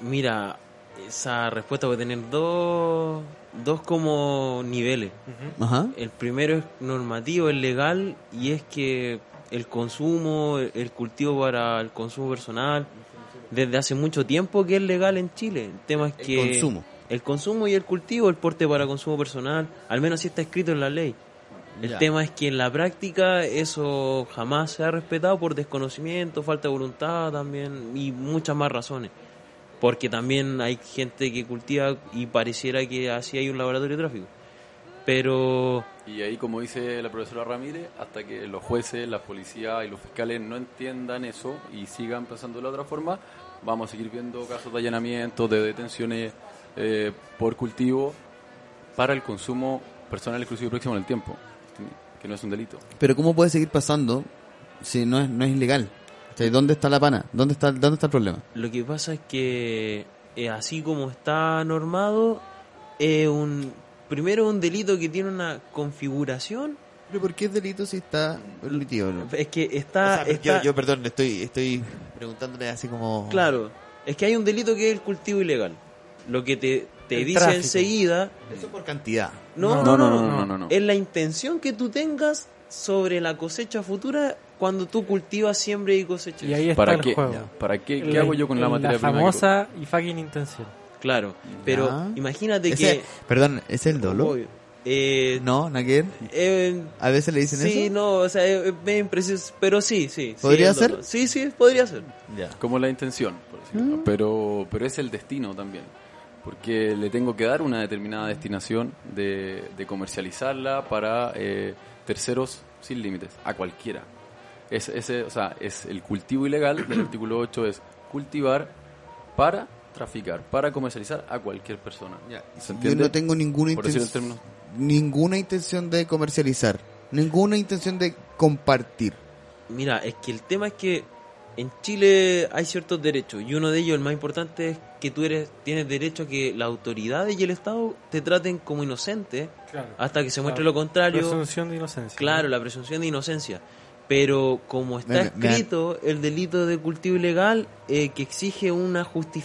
Mira, esa respuesta puede tener dos, dos como niveles. Ajá. El primero es normativo, es legal, y es que el consumo, el- el cultivo para el consumo personal, desde hace mucho tiempo que es legal en Chile. El tema es El que... consumo. El consumo y el cultivo, el porte para consumo personal, al menos así está escrito en la ley. El Ya. tema es que en la práctica eso jamás se ha respetado por desconocimiento, falta de voluntad también y muchas más razones. Porque también hay gente que cultiva y pareciera que así hay un laboratorio de tráfico. Pero Y ahí, como dice la profesora Ramírez, hasta que los jueces, la policía y los fiscales no entiendan eso y sigan pensando de la otra forma, vamos a seguir viendo casos de allanamiento, de detenciones eh, por cultivo para el consumo personal exclusivo y próximo en el tiempo, que no es un delito. Pero ¿cómo puede seguir pasando si no es, no es ilegal? O sea, ¿Dónde está la pana? ¿Dónde está, dónde está el problema? Lo que pasa es que eh, así como está normado, es un primero un delito que tiene una configuración, ¿Pero por qué es delito si está permitido? es que está, ah, está- perdón, le estoy, estoy preguntándole así como... claro, es que hay un delito que es el cultivo ilegal. Lo que te, te El dice tráfico. enseguida, Eso por cantidad. no, No, no, no, no, no, no, no, no. es la intención que tú tengas sobre la cosecha futura cuando tú cultivas, siembra y cosechas. Y ahí está ¿Para el qué, juego. ¿Para qué? ¿Qué La- hago yo con la materia prima que famosa y fucking intención. Claro, pero Ya. imagínate Ese- que Perdón, ¿es el dolor? Obvio. Eh, No, Naguer. eh, A veces le dicen Sí, eso. no, o sea, es es medio impreciso, pero sí, sí. sí, ¿Podría el dolor. ser? Sí, sí, podría ser. Ya. como la intención, por decirlo. pero pero es el destino también, porque le tengo que dar una determinada destinación de, de comercializarla para eh, terceros sin límites, a cualquiera. Es, ese, o sea, es el cultivo ilegal del artículo 8 es cultivar para traficar, para comercializar a cualquier persona. ¿Se Yo entiende? no tengo ninguna Por decirlo en intención, términos- ninguna intención de comercializar, ninguna intención de compartir. Mira, es que el tema es que en Chile hay ciertos derechos y uno de ellos, el más importante, es que tú eres tienes derecho a que las autoridades y el Estado te traten como inocente Claro. hasta que se muestre Claro. lo contrario. Presunción de inocencia. Claro, la presunción de inocencia. Pero como está Me- me- escrito el delito de cultivo ilegal eh, que exige una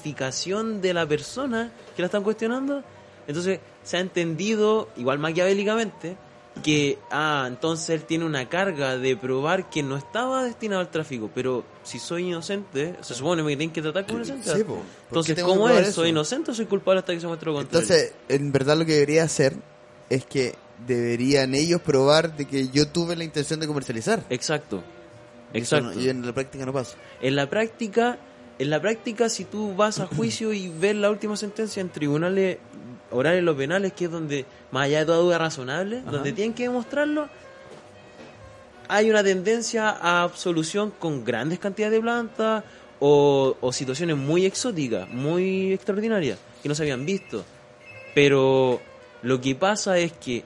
justificación de la persona que la están cuestionando, entonces se ha entendido, igual maquiavélicamente, que, ah, entonces él tiene una carga de probar que no estaba destinado al tráfico, pero si soy inocente, se supone que me tienen que tratar como inocente. Sí, po. ¿Por qué entonces, tengo que ¿cómo probar es? eso? ¿Soy inocente o soy culpable hasta que se muestre lo contrario? Entonces, en verdad lo que debería hacer es que deberían ellos probar de que yo tuve la intención de comercializar. Exacto. Y eso Exacto. no- y en la práctica no pasa. En la práctica, en la práctica, si tú vas a juicio y ves la última sentencia en tribunales orales los penales, que es donde, más allá de toda duda razonable, donde tienen que demostrarlo, hay una tendencia a absolución con grandes cantidades de plantas o, o situaciones muy exóticas, muy extraordinarias, que no se habían visto. Pero lo que pasa es que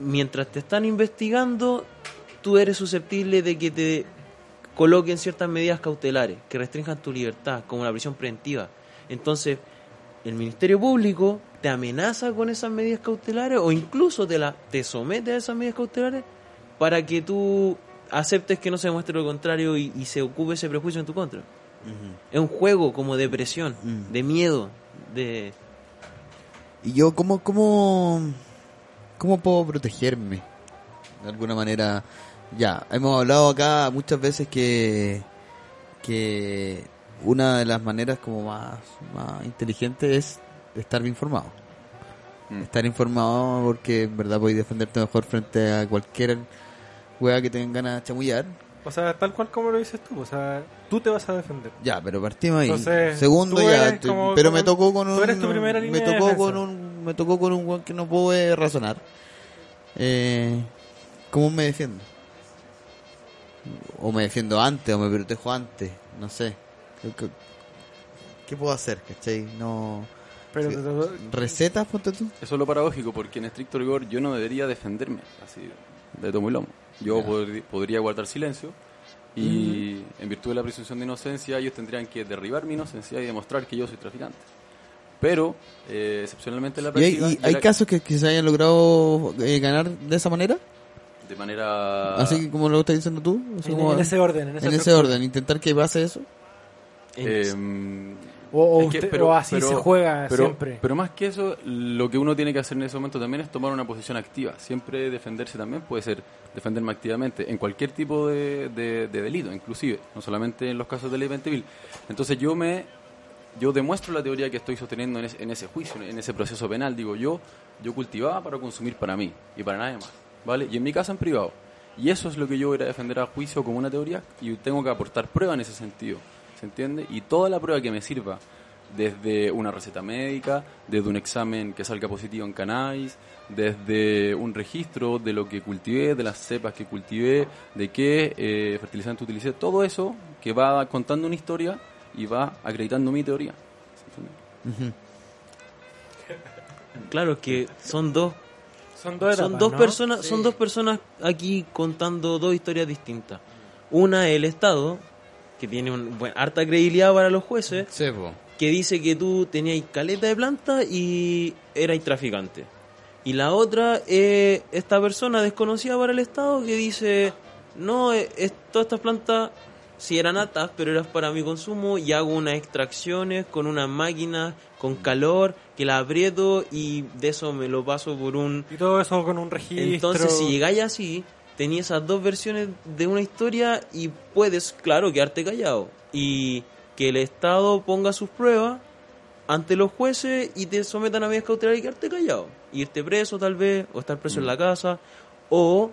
mientras te están investigando, tú eres susceptible de que te coloquen ciertas medidas cautelares que restrinjan tu libertad, como la prisión preventiva. Entonces, el Ministerio Público te amenaza con esas medidas cautelares o incluso te, la, te somete a esas medidas cautelares para que tú aceptes que no se demuestre lo contrario y, y se ocupe ese prejuicio en tu contra. Es un juego como de presión, Mm. de miedo, de... Y yo, ¿cómo, cómo, cómo puedo protegerme? De alguna manera, ya, hemos hablado acá muchas veces que, que una de las maneras como más, más inteligente es estar bien informado. Mm. Estar informado porque en verdad podéis defenderte mejor frente a cualquier wea que tengan ganas de chamullar. O sea, tal cual como lo dices tú. O sea, tú te vas a defender. Ya, pero partimos ahí. Entonces, Segundo tú ya, eres te- como- pero como- me tocó con tú un eres tu primera línea me de tocó defensa. con un me tocó con un weón que no puede razonar. Eh, ¿cómo me defiendo? O me defiendo antes o me protejo antes, no sé. ¿Qué, qué- qué puedo hacer, cachai? No Pero Sí. te trató- recetas ponte tú. Eso es lo paradójico, porque en estricto rigor yo no debería defenderme así de tomo y lomo. Yo podri- podría guardar silencio Y en virtud de la presunción de inocencia, ellos tendrían que derribar mi inocencia y demostrar que yo soy traficante. Pero, eh, excepcionalmente en la ¿Y hay, práctica... y yo hay era- casos que, que se hayan logrado eh, ganar de esa manera? De manera... Así que como lo estás diciendo tú. o sea, En, como- en ese orden. En ese, en ese estructura. orden, intentar que pase eso. em, O, o Es que, usted- pero- o así pero- se juega pero- siempre. Pero más que eso, lo que uno tiene que hacer en ese momento también es tomar una posición activa. Siempre defenderse también puede ser defenderme activamente en cualquier tipo de, de- de delito, inclusive, no solamente en los casos de ley 20.000. Entonces yo me yo demuestro la teoría que estoy sosteniendo en ese, en ese juicio, en ese proceso penal. Digo, yo, yo cultivaba para consumir para mí y para nadie más, ¿vale? Y en mi casa en privado. Y eso es lo que yo voy a defender a juicio como una teoría y tengo que aportar prueba en ese sentido, ¿se entiende? Y toda la prueba que me sirva, desde una receta médica, desde un examen que salga positivo en cannabis, desde un registro de lo que cultivé, de las cepas que cultivé, de qué eh, fertilizante utilicé, todo eso que va contando una historia y va acreditando mi teoría. ¿se entiende? Claro, es que son dos son son dos personas son dos personas aquí contando dos historias distintas una el estado que tiene un, buen- harta credibilidad para los jueces que dice que tú tenías caleta de planta y eras traficante y la otra eh, esta persona desconocida para el estado que dice no eh, es- todas estas plantas si eran atas pero eran para mi consumo y hago unas extracciones con unas máquinas con calor que las aprieto y de eso me lo paso por un Y todo eso con un registro. entonces, si llegáis así, tenías esas dos versiones de una historia y puedes, claro, quedarte callado. Y que el Estado ponga sus pruebas ante los jueces y te sometan a medidas cautelares y quedarte callado. Irte preso, tal vez, o estar preso en Mm. la casa, o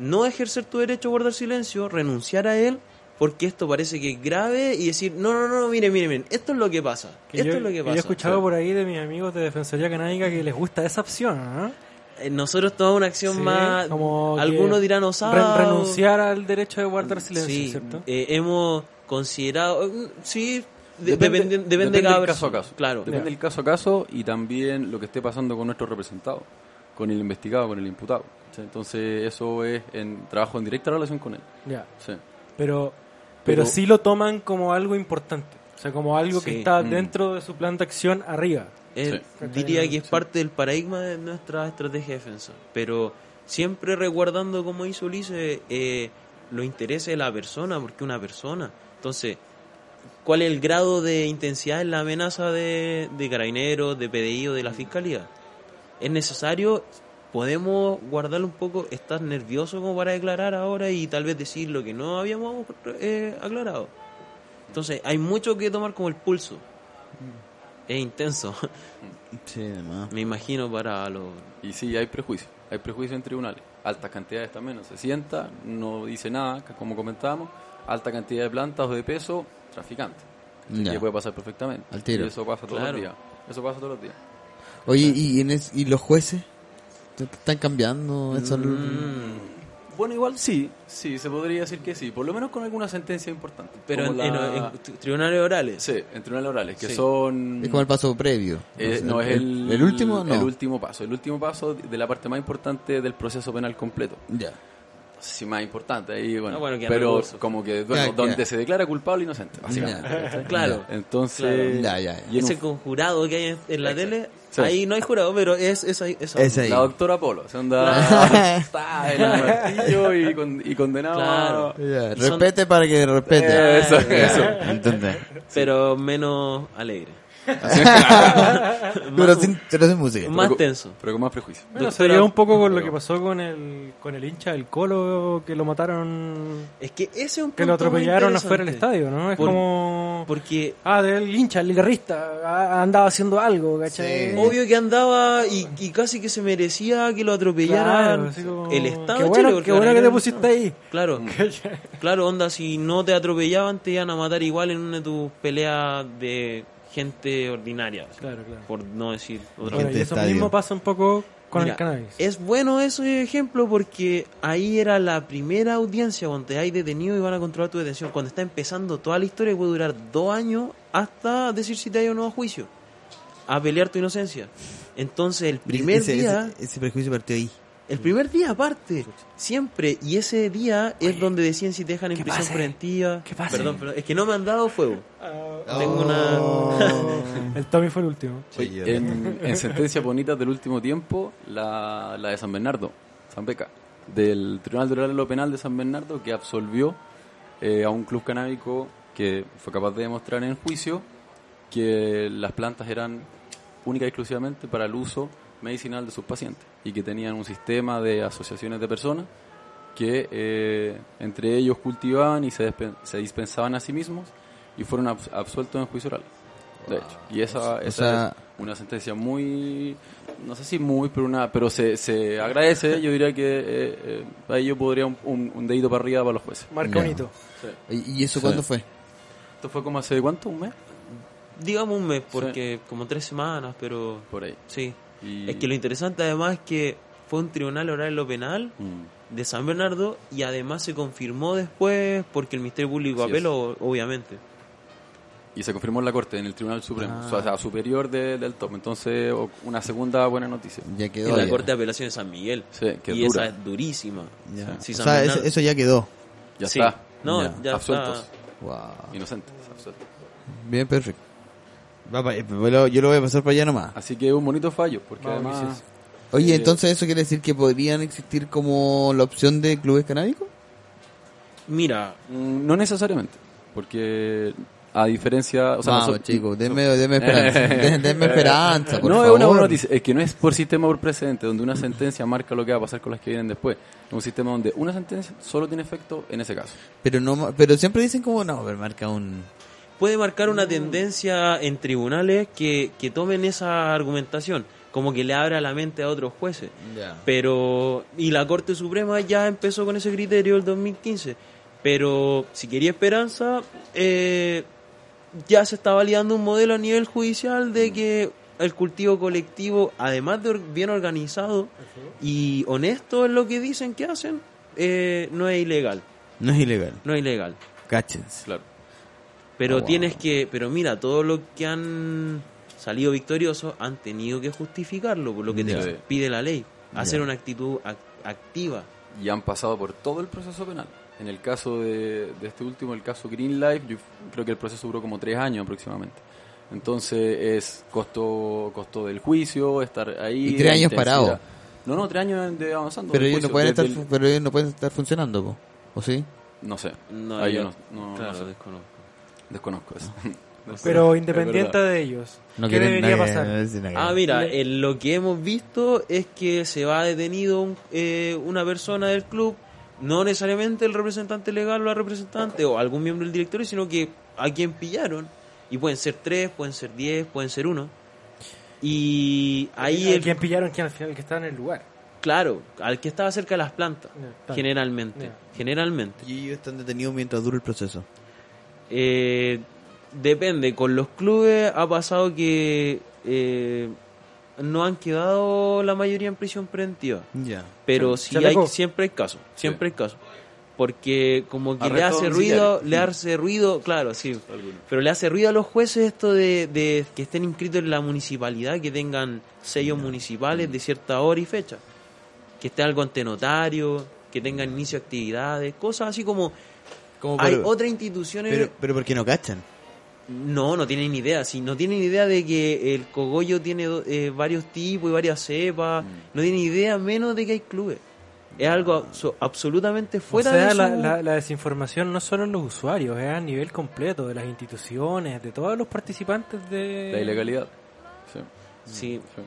no ejercer tu derecho a guardar silencio, renunciar a él. Porque esto parece que es grave y decir, no, no, no, no, miren, miren, miren, esto es lo que pasa. que esto yo, es lo que que pasa. yo he escuchado por ahí de mis amigos de Defensoría Canábica que les gusta esa opción. ¿ah? Eh, Nosotros tomamos una acción Sí, más. como algunos que dirán osada. re- o- renunciar al derecho de guardar silencio, Sí, ¿cierto? eh, hemos considerado. mm, Sí, de- Depende- depende, depende, depende de cada del caso a persona, caso. Claro. Depende del caso a caso y también lo que esté pasando con nuestro representado, con el investigado, con el imputado. ¿sí? Entonces, eso es en trabajo en directa relación con él. Ya. ¿sí? Pero, pero, Pero- sí lo toman como algo importante. O sea, como algo que Sí. está Mm. dentro de su plan de acción arriba. Eh, Sí. Diría que es parte del paradigma de nuestra estrategia de defensa. Pero siempre resguardando, como hizo Ulises, eh, los intereses de la persona, porque una persona. Entonces, ¿cuál es el grado de intensidad en la amenaza de, de carabineros, de PDI o de la fiscalía? ¿Es necesario? ¿Podemos guardarlo un poco? ¿Estás nervioso como para declarar ahora y tal vez decir lo que no habíamos eh, aclarado? Entonces, hay mucho que tomar como el pulso. Es intenso. Sí, además. Me imagino para los... Y sí, hay prejuicio. Hay prejuicio en tribunales. Altas cantidades también. No se sienta, no dice nada, que como comentábamos. Alta cantidad de plantas o de peso, traficante. Así Ya. que puede pasar perfectamente. Al tiro. Y eso pasa todos Claro. los días. Eso pasa todos los días. Oye, ¿y, en es- y los jueces? ¿Te- te ¿Están cambiando? Eso- Bueno, igual sí, sí, se podría decir que sí, por lo menos con alguna sentencia importante. Pero en, Como en- la- en tri- tribunales orales. Sí, en tribunales orales, que Sí. son... Es como el paso previo. Mm. Eh, no, es el, ¿El último? No. El último paso, el último paso de la parte más importante del proceso penal completo. Ya. Sí, más importante, ahí, bueno, Ah, bueno, que pero recursos. como que, bueno, Ya, donde ya. se declara culpable o inocente, básicamente. (laughs) Ya. (laughs) Claro. Entonces, Ya, ya, ya. y en Ese un- conjurado que hay en, en la Exacto. tele, Sí. ahí no hay jurado, pero es, es ahí. Ah, Es Es ahí. la doctora Polo, se anda, está (laughs) en el martillo y, con- y condenado Claro. a- (laughs) Ya, Y son- Respete para que respete. Eh, eso, eso. Entendé. Pero menos alegre. Pero sin, pero sin música. Más Pero- tenso. pero con más prejuicio. Bueno, Doctora- sería un poco con lo que pasó con el, con el hincha del Colo que lo mataron, Es que ese es un punto que lo muy atropellaron afuera del interesante. estadio, ¿no? Es Por- como... Porque Ah, del hincha, el guitarrista, ah, andaba haciendo algo, ¿cachai? Sí. obvio que andaba y, y casi que se merecía que lo atropellaran Claro, así como- el Estado Qué de bueno, Chile, porque qué bueno que te Carabineros- pusiste (laughs) ahí. Claro, Mm. claro, onda, si no te atropellaban te iban a matar igual en una de tus peleas de gente ordinaria, Claro, claro. por no decir otra Bueno, Gente y de eso estadio. mismo pasa un poco con Mira, eh, el cannabis. Es bueno ese ejemplo porque ahí era la primera audiencia donde hay detenido y van a controlar tu detención. Cuando está empezando toda la historia puede durar dos años hasta decir si te hay o no a juicio, a pelear tu inocencia. Entonces el primer ese, día... Ese, ese prejuicio partió ahí. El primer día aparte, siempre. Y ese día es donde deciden si te dejan en prisión preventiva. Que pase. Perdón, perdón, es que no me han dado fuego. Tengo (laughs) una... Oh, El Tommy fue el último. En, en sentencias bonitas del último tiempo, la, la de San Bernardo, San Beca, del Tribunal de lo Penal de San Bernardo, que absolvió eh, a un club canábico que fue capaz de demostrar en juicio que las plantas eran única y exclusivamente para el uso medicinal de sus pacientes y que tenían un sistema de asociaciones de personas que eh, entre ellos cultivaban y se, despe- se dispensaban a sí mismos y fueron abs- absueltos en juicio oral. De hecho, y esa, esa sea- es una sentencia muy, no sé si muy, pero una, pero se, se agradece, yo diría que eh, eh, ahí yo podría un, un, un dedito para arriba para los jueces. Marca Ya. bonito. ¿Y y eso Sí. cuándo fue? Esto fue como hace cuánto, un mes, digamos un mes, porque como tres semanas, pero por ahí. sí. Y- Es que lo interesante además es que fue un tribunal oral en lo penal mm, de San Bernardo y además se confirmó después porque el Ministerio Público Así apeló, obviamente. Y se confirmó en la Corte, en el Tribunal Supremo, o Ah. sea, superior de- del top. Entonces, o- una segunda buena noticia. Ya En quedó. la ya. Corte de Apelación de San Miguel. Sí, que y dura. esa es durísima. Ya. Sí, O San sea, es- Bernardo. eso ya quedó. Ya Sí. está. No, ya Absueltos. está. Wow. Inocentes, absueltos. Bien, perfecto. Va pa- eh, pues lo- yo lo voy a pasar para allá nomás. Así que un bonito fallo, porque Vamos, además... Ulises. Oye, Eh, entonces eso quiere decir que podrían existir como la opción de clubes canábicos? Mira, mm, No necesariamente, porque a diferencia... O sea, Vamos, nosotros- chicos, denme, denme esperanza. Den- denme esperanza, por no favor. es una buena noticia, es que no es por sistema por precedente, donde una sentencia marca lo que va a pasar con las que vienen después. Es un sistema donde una sentencia solo tiene efecto en ese caso. Pero, no, ma- pero siempre dicen como, no, pero marca un... puede marcar una tendencia en tribunales que, que tomen esa argumentación, como que le abra la mente a otros jueces. Pero, y la Corte Suprema ya empezó con ese criterio el 2015. Pero si quería esperanza, eh, ya se está validando un modelo a nivel judicial de que el cultivo colectivo, además de or- bien organizado y honesto en lo que dicen que hacen, eh, no es ilegal. No es ilegal. No es ilegal. Cáchense. Claro. Pero Oh, wow. tienes que, pero mira, todo lo que han salido victoriosos han tenido que justificarlo, por lo que te Ya. pide la ley. Hacer Ya. una actitud ac- activa. y han pasado por todo el proceso penal. En el caso de, de este último, el caso Green Life, yo creo que el proceso duró como tres años aproximadamente. Entonces es costo, costo del juicio, estar ahí. Y tres la años intensidad. parado. No, no, tres años de avanzando. Pero del ellos, no juicio, pueden desde estar, el- fu- pero ellos no pueden estar funcionando, po. ¿o sí? No sé. No, Ahí yo- yo no, no- claro, no sé. desconozco. desconozco (laughs) eso. Pero Es independiente verdad. de ellos, No ¿qué quieren- debería no- pasar? no dicen nada. Ah, mira, eh, lo que hemos visto es que se va detenido un- eh, una persona del club, no necesariamente el representante legal o la representante o algún miembro del directorio, sino que a quien pillaron. Y pueden ser tres, pueden ser diez, pueden ser uno. Y ahí ¿A el quién pillaron? ¿Quién al final? El que estaba en el lugar. Claro, al que estaba cerca de las plantas, Ya, está. generalmente, Ya. generalmente. Y ellos están detenidos mientras dura el proceso. Eh, depende, con los clubes ha pasado que eh, no han quedado la mayoría en prisión preventiva, Ya. pero Se- sí se hay, alegó. siempre hay casos, siempre hay casos. Porque como que le Arresto hace domiciliario. ruido, le hace ruido, claro, sí, Algunos. pero le hace ruido a los jueces esto de, de que estén inscritos en la municipalidad, que tengan sellos municipales de cierta hora y fecha, que esté algo ante notario, que tengan inicio de actividades, cosas así como hay otras instituciones pero, pero porque no cachan. no, no tienen ni idea. Si no tienen ni idea de que el cogollo tiene do- eh, varios tipos y varias cepas, Mm. no tienen idea menos de que hay clubes. Es algo abso- absolutamente fuera o sea, de la, su- la- la desinformación no solo en los usuarios, es a nivel completo, de las instituciones, de todos los participantes de... La Eh, ilegalidad. Sí, Mm. Sí, sí.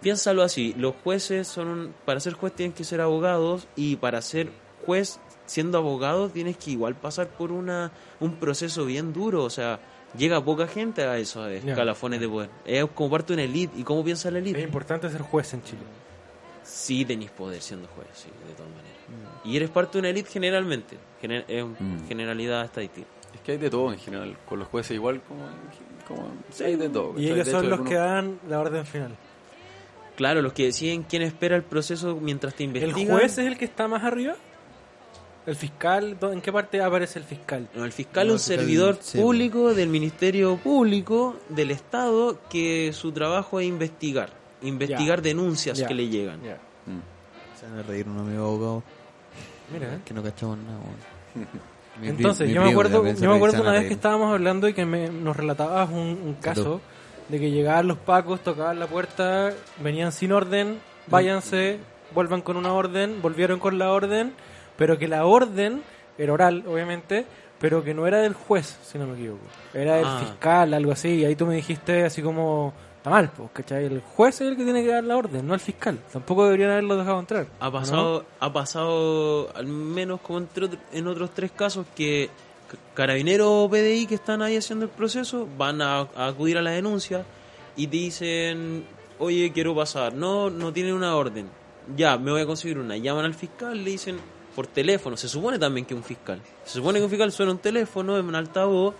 piénsalo así, los jueces son un- para ser juez tienen que ser abogados y para ser juez siendo abogado tienes que igual pasar por una un proceso bien duro, o sea, llega poca gente a esos escalafones de poder. Es como parte de una elite y cómo piensa la Es elite. importante ser juez en Chile. Sí tenéis poder siendo juez, sí, de todas maneras. Mm. Y eres parte de una elite generalmente, gener- es un- generalidad estadística. Es que hay de todo en general, con los jueces igual como... como sí, hay de todo. Y ¿cachai? ellos De son hecho, los algunos- que dan la orden final. Claro, los que deciden quién espera el proceso mientras te ¿El investigan. juez es el que está más arriba? ¿El fiscal? ¿Dó- ¿En qué parte aparece el fiscal? No, el fiscal No, es el fiscal, un servidor pues. sí, público del Ministerio Público del Estado que su trabajo es investigar, investigar denuncias Ya. Mm. que le llegan. Ya. Se van a reír unos amigos abogados Mira, ¿eh? que no cachamos nada, weón. (laughs) Mi Entonces, pri- mi yo me primo acuerdo, de la prensa yo me acuerdo revisaba una vez la que tele. estábamos hablando y que me- nos relatabas un, un caso de que llegaban los pacos, tocaban la puerta, venían sin orden, váyanse, vuelvan con una orden, volvieron con la orden, pero que la orden era oral, obviamente, pero que no era del juez, si no me equivoco, era del Ah. fiscal, algo así, y ahí tú me dijiste así como, está mal, pues, ¿cachai? El juez es el que tiene que dar la orden, no el fiscal, tampoco deberían haberlo dejado entrar. Ha ¿o no? pasado, ha pasado al menos como entre otro- en otros tres casos que c- carabineros o PDI que están ahí haciendo el proceso van a, a acudir a la denuncia y te dicen, oye, quiero pasar. No, no tienen una orden. Ya, me voy a conseguir una. Llaman al fiscal, le dicen por teléfono. Se supone también que un fiscal. Se supone que un fiscal suena un teléfono en un altavoz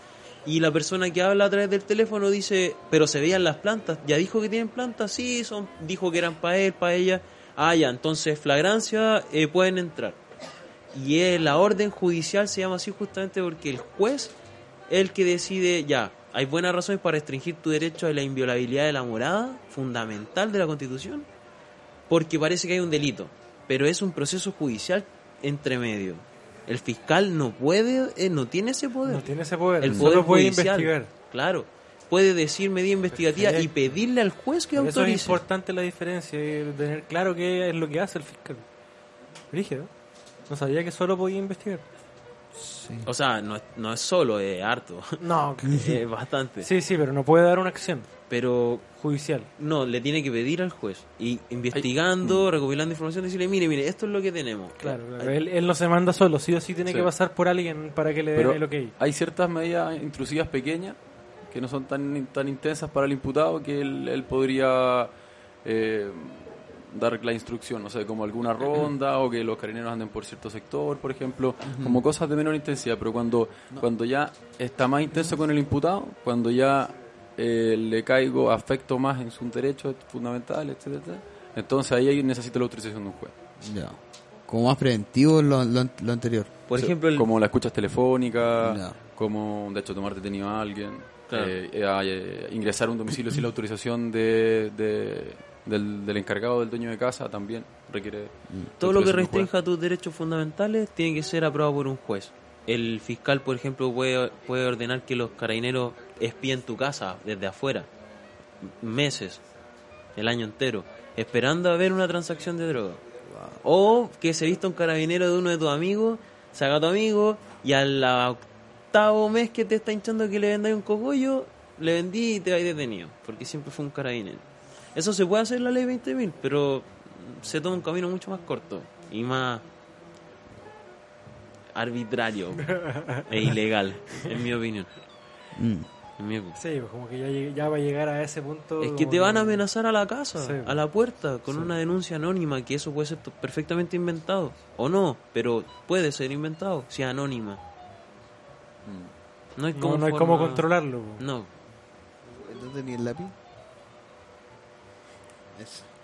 y la persona que habla a través del teléfono dice, pero se veían las plantas. Ya dijo que tienen plantas, sí, son, dijo que eran para él, para ella. Ah, ya, entonces flagrancia, eh, pueden entrar. Y eh, la orden judicial se llama así justamente porque el juez es el que decide, ya, hay buenas razones para restringir tu derecho a la inviolabilidad de la morada, fundamental de la Constitución, porque parece que hay un delito, pero es un proceso judicial entre medio. El fiscal no puede, eh, no tiene ese poder. No tiene ese poder, El poder solo puede judicial, investigar. Claro. Puede decir medida investigativa y Perfecto. pedirle al juez que Por eso es autorice. importante la diferencia y tener claro qué es lo que hace el fiscal. Rígido. No sabía que solo podía investigar. O sea, no, es- no es solo, es harto. (laughs) No. eh, es bastante. Sí, sí, pero no puede dar una acción Pero judicial. no, le tiene que pedir al juez. Y investigando, recopilando información, decirle, mire, mire, esto es lo que tenemos. mm. Claro, claro. Ay, Él, él no se manda solo, sí o sí tiene Sí. que pasar por alguien para que le den Pero el ok. hay ciertas medidas intrusivas pequeñas que no son tan, tan intensas para el imputado que él, él podría eh, dar la instrucción, no sé, como alguna ronda o que los carineros anden por cierto sector, por ejemplo, como cosas de menor intensidad, pero cuando, cuando ya está más intenso con el imputado, cuando ya eh, le caigo afecto más en sus derechos fundamentales, etcétera, etcétera, entonces ahí necesita la autorización de un juez. Ya. Como más preventivo lo, lo, lo anterior. Por Sí, ejemplo, el- como las escuchas telefónicas, Ya. como de hecho tomar detenido a alguien, Claro. eh, eh, a, eh, ingresar a un domicilio sin la autorización de, de- del, del encargado, del dueño de casa, también requiere. todo lo que autorización de un juez. restrinja tus derechos fundamentales tiene que ser aprobado por un juez. El fiscal, por ejemplo, puede, puede ordenar que los carabineros espíen tu casa desde afuera, m- meses, el año entero, esperando a ver una transacción de droga. O que se vista un carabinero de uno de tus amigos, saca a tu amigo y al octavo mes que te está hinchando que le vendáis un cogollo, le vendí y te vais detenido, porque siempre fue un carabinero. Eso se puede hacer en la ley 20.000, pero se toma un camino mucho más corto y más arbitrario e ilegal, en mi opinión. Mm. En mi opinión. Sí, pues como que ya, lleg- ya va a llegar a ese punto. Es que como te van a amenazar a la casa, Sí. a la puerta, con una denuncia anónima, que eso puede ser t- perfectamente inventado. O no, pero puede ser inventado, si es anónima. No hay No, cómo, no hay cómo forma- controlarlo. pues. No, ¿No tenía el lápiz?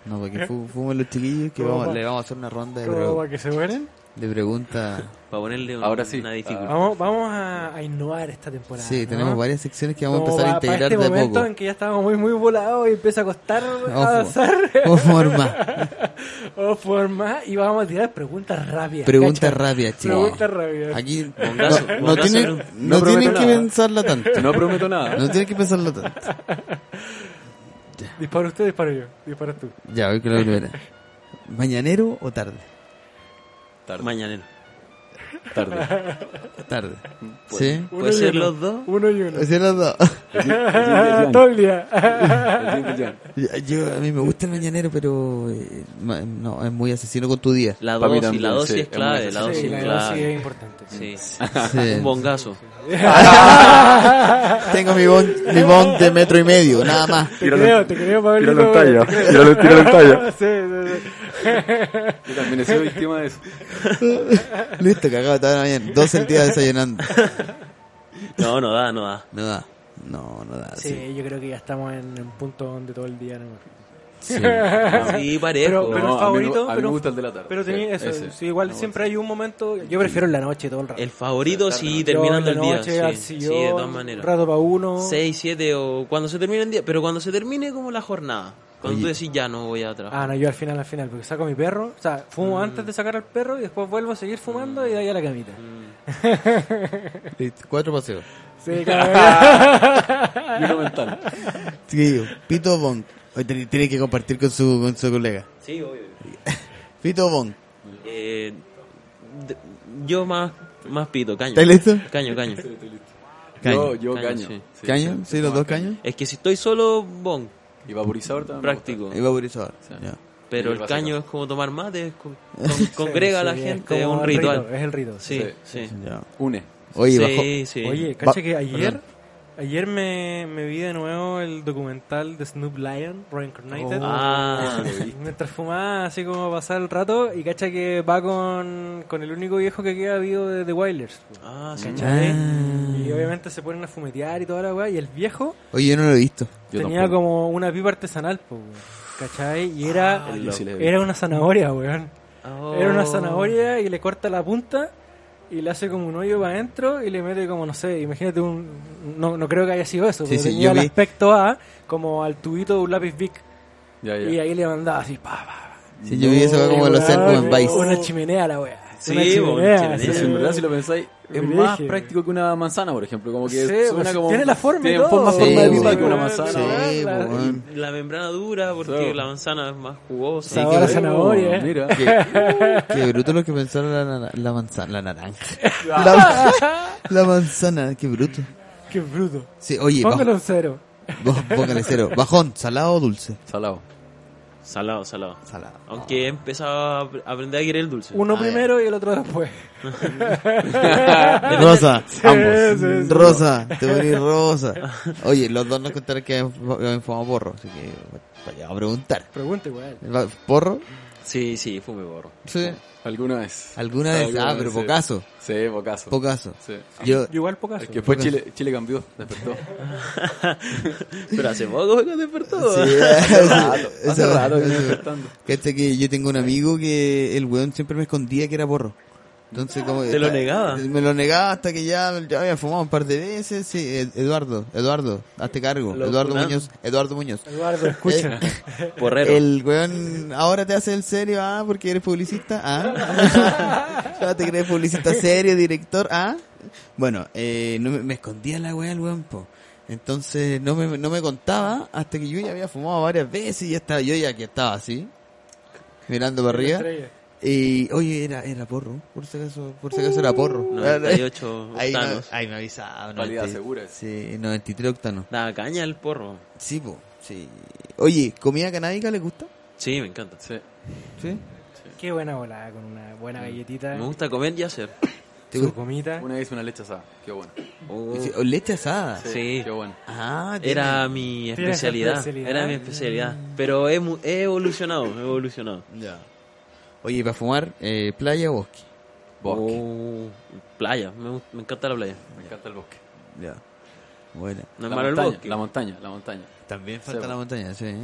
No, porque fu- fumen los chiquillos que ¿Cómo vamos- va? le vamos a hacer una ronda de, ¿Cómo pre- para que se mueren? de preguntas. para ponerle un- Ahora sí. Ah, una dificultad. Vamos, vamos a, a innovar esta temporada. Ah. Sí, ¿no? tenemos varias secciones que vamos Como a empezar a pa- para integrar este de a momento (laughs) poco. en que ya estábamos muy, muy volados y empieza a costar avanzar. (laughs) O forma. o forma y vamos a tirar preguntas rápidas. Pregunta ¿cachai? rápida, chicos. Preguntas rápidas. Aquí Bongazo, no, no bongazo, tienen, no- no tienen no prometo que nada. (laughs) pensarla tanto. No prometo nada. ¿eh? No tienen que pensarla tanto. Dispara usted, disparo yo. Dispara tú. Ya, voy con la primera. ¿Mañanero o tarde? Tarde. Mañanero. (laughs) tarde. Tarde. ¿Sí? ¿Puede y ser uno. los dos? Uno y uno. Así las dos. El yin- Ah, el Todo yin el día. y el yang. Ya, Yo, a mí me gusta el mañanero, pero eh, ma- no, es muy asesino con tu día. La Para dosis, mí también, la dosis sí, es clave, es la muy (laughs) dosis Sí, la es verdad sí es clave. importante. Sí. Sí. Un bongazo. (laughs) Tengo mi bon, mi bon de metro y medio, nada más. Te creo, te creo, Pablito. te creo. (laughs) Sí, sí, sí. (laughs) Yo también he sido víctima de eso. (laughs) Listo, cagado, estaba bien. Dos entidades desayunando. No, no da, no (laughs) da. No da. No, no da. Sí. Sí, yo creo que ya estamos en un punto donde todo el día... no- (laughs) sí. Sí, Pero, parejo. pero No, a mí favorito... me- a mí me pero, gusta el de la tarde. Pero tenía Sí, eso. ese. sí, igual siempre hay un momento... Yo prefiero en la noche todo el rato. El favorito sí, Yo en terminando la el día. noche, ah, sí. al Sí, sillón, de todas maneras. Un rato para uno. 6, 7 o cuando se termine el día, pero cuando se termine como la jornada, Cuando Oye. tú decís, ya no voy a trabajar. Ah, no, yo al final, al final, porque saco a mi perro, o sea, Mm. fumo antes de sacar al perro y después vuelvo a seguir fumando y de ahí a la camita. Mm. Listo, Cuatro paseos. Sí, claro. Y uno mental. Chiquillo, Pito Bond. Hoy ten- tiene que compartir con su, con su colega. Sí, obvio. Pito Bond. Eh, de- yo más, más pito, caño. ¿Estás listo? Caño, caño. Yo, Caño. yo Caño, caño. sí. ¿Caño? ¿Sí, los dos caños? Es que si estoy solo, bon, Y vaporizador también. me práctico. Ahí va Burizador. Sí. Ya. Pero Sí, el básico. caño es como tomar mate, es (laughs) co- con- congrega a la Sí, es gente, es como eh. un el rito, ritual. es el rito. Sí, sí. Ya. gusta. Une. Oye, Sí, bajó. sí. Oye, Va- cacha que ayer, perdón. ayer me, me vi de nuevo el documental de Snoop Lion, Reincarnated. Ah. Y (laughs) Mientras fumaba, así como pasaba el rato, y cacha que va con, con el único viejo que queda vivo de The Wailers. Ah, sí. Ah. ¿Cachai? Y obviamente se ponen a fumetear y toda la weá, y el viejo Oye, yo no lo he visto. Yo tenía tampoco. como una pipa artesanal, po, weón. ¿cachai? Y era, Ah, yo sí le vi. era una zanahoria, weón. Oh. Era una zanahoria y le corta la punta y le hace como un hoyo para adentro y le mete como, no sé, imagínate un... No, no creo que haya sido eso, Sí, pero sí, tenía yo el vi- aspecto A como al tubito de un lápiz Bic Ya, ya. y ahí le mandaba así, pa, pa, pa. Si yo vi Ah, eso fue como Y, lo hacían como weón, en Vice. Una chimenea la wea. Sí, una weón, chimenea. chimenea. Sí, Sí. en verdad, si lo pensáis, es Brígido. más práctico que una manzana, por ejemplo. Como que Sí, suena pues, como. tiene la forma y tiene todo. más Sí, forma de weón. pipa que una Sí, manzana. Sí, weón. claro. weón. La membrana dura porque Sí. la manzana es más jugosa. Sí, Sabor a qué zanahoria. eh. Oh, (laughs) Mira. Qué, qué bruto lo que pensaron la, nana- la manzana, la naranja. La, (laughs) la manzana, qué bruto. Qué bruto. Sí, oye, bajo- Póngalo en cero. bo- póngale cero. Bajón, salado o dulce. Salado. Salado, salado. Salado. Aunque he empezado a apr- aprender a querer el dulce. Uno Ah, ya. primero y el otro después. Rosa, sí, ambos. sí. rosa, te voy a ir rosa. Oye, los dos nos contaron que habían fumado porro, así que vaya a preguntar. Pregunta igual. ¿Va- ¿Porro? Sí, sí, fume borro. Sí. ¿Alguna vez? ¿Alguna vez? Ah, pero sí. pocaso. Sí, bocazo. Pocaso. Sí. Yo, Yo Igual pocas. Es que fue Chile, Chile cambió, despertó. Pero hace poco que despertó. Sí, (laughs) ¿eh? eso- Hace eso- rato que eso- venía despertando. Cacha que yo tengo un amigo que el weón siempre me escondía que era porro. Entonces, como, Te lo negaba. Me lo negaba hasta que ya, ya había fumado un par de veces. Sí, Ed- Eduardo, Eduardo, hazte cargo. Lo Eduardo funan. Muñoz, Eduardo Muñoz. Eh, Eduardo, escucha. Porrero. El weón ahora te hace el serio, ah, porque eres publicista, ah. ahora te crees publicista serio, director, ah. Bueno, eh, no me, me escondía la weá el weón, po. Entonces no me, no me contaba hasta que yo ya había fumado varias veces y ya estaba, yo ya que estaba así, mirando para arriba. Estrella. Y, oye, era, era porro, por si acaso, por si acaso era porro. Uh, 98 Ah, ahí, me, octanos. ahí me avisaba. Calidad 90, segura. Sí, 93 octanos. Da caña el porro. Sí, po, sí. Oye, ¿comida canábica le gusta? Sí, me encanta. Sí. Sí. Qué buena volada con una buena galletita, Mm. Me gusta comer y hacer. ¿Te su gusta? comita. Una vez una leche asada. Qué bueno. Oh, Sí, o leche asada. Sí. Qué bueno. Ah, tiene- Era mi Tiene esa especialidad. especialidad. Era mi especialidad. Pero he, mu- he evolucionado, he evolucionado. Ya. Oye, ¿y para fumar, eh, playa o bosque. Bosque. Oh, playa, me, gust- me encanta la playa. Me encanta el bosque. Ya. Bueno. No es la malo el montaña, bosque. la montaña, la montaña. También falta la montaña, sí. ¿eh?